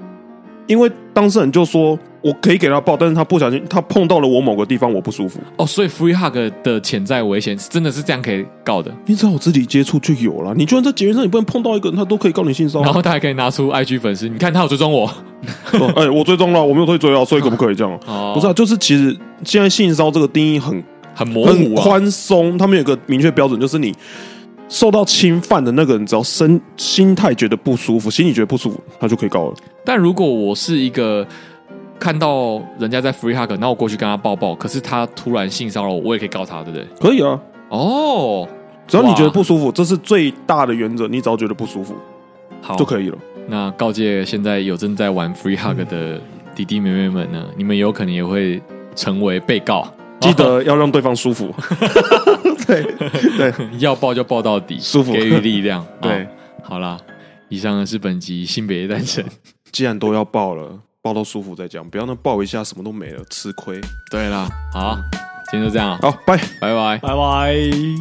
Speaker 4: 因为当事人就说我可以给他抱，但是他不小心他碰到了我某个地方，我不舒服。
Speaker 3: 哦，所以 Free Hug 的潜在危险是真的是这样可以告的，
Speaker 4: 你只要有肢体接触就有了，你居然在捷运上你不能碰到一个人，他都可以告你性骚
Speaker 3: 然
Speaker 4: 扰。
Speaker 3: 后他还可以拿出 IG 粉丝，你看他有追踪我，
Speaker 4: 对哎、我追踪了，我没有退追啊，所以可不可以这样？
Speaker 3: 哦，
Speaker 4: 不是啊，就是其实现在性骚扰这个定义很
Speaker 3: 很模
Speaker 4: 很
Speaker 3: 糊啊。
Speaker 4: 宽松，他们有个明确标准，就是你受到侵犯的那个人，只要身心态觉得不舒服，心里觉得不舒服，他就可以告了。
Speaker 3: 但如果我是一个看到人家在 Free Hug，然后我过去跟他抱抱，可是他突然性骚扰我，我也可以告他，对不对？
Speaker 4: 可以啊，
Speaker 3: 哦，
Speaker 4: 只要你
Speaker 3: 哇
Speaker 4: 觉得不舒服，这是最大的原则。你只要觉得不舒服
Speaker 3: 好，
Speaker 4: 就可以了。
Speaker 3: 那告诫现在有正在玩
Speaker 4: 嗯
Speaker 3: Free Hug 的弟弟妹妹们呢，你们有可能也会成为被告，
Speaker 4: 记得要让对方舒服。 对对，
Speaker 3: 要抱就抱到底，
Speaker 4: 舒服
Speaker 3: 给予力量。
Speaker 4: 对
Speaker 3: 哦好啦，以上呢是本集新北 单身。
Speaker 4: 既然都要抱了，抱到舒服再讲，不要那抱一下什么都没了，吃亏。
Speaker 3: 对啦，好，今天就这样，
Speaker 4: 好，拜。
Speaker 3: 拜拜。
Speaker 5: 拜拜。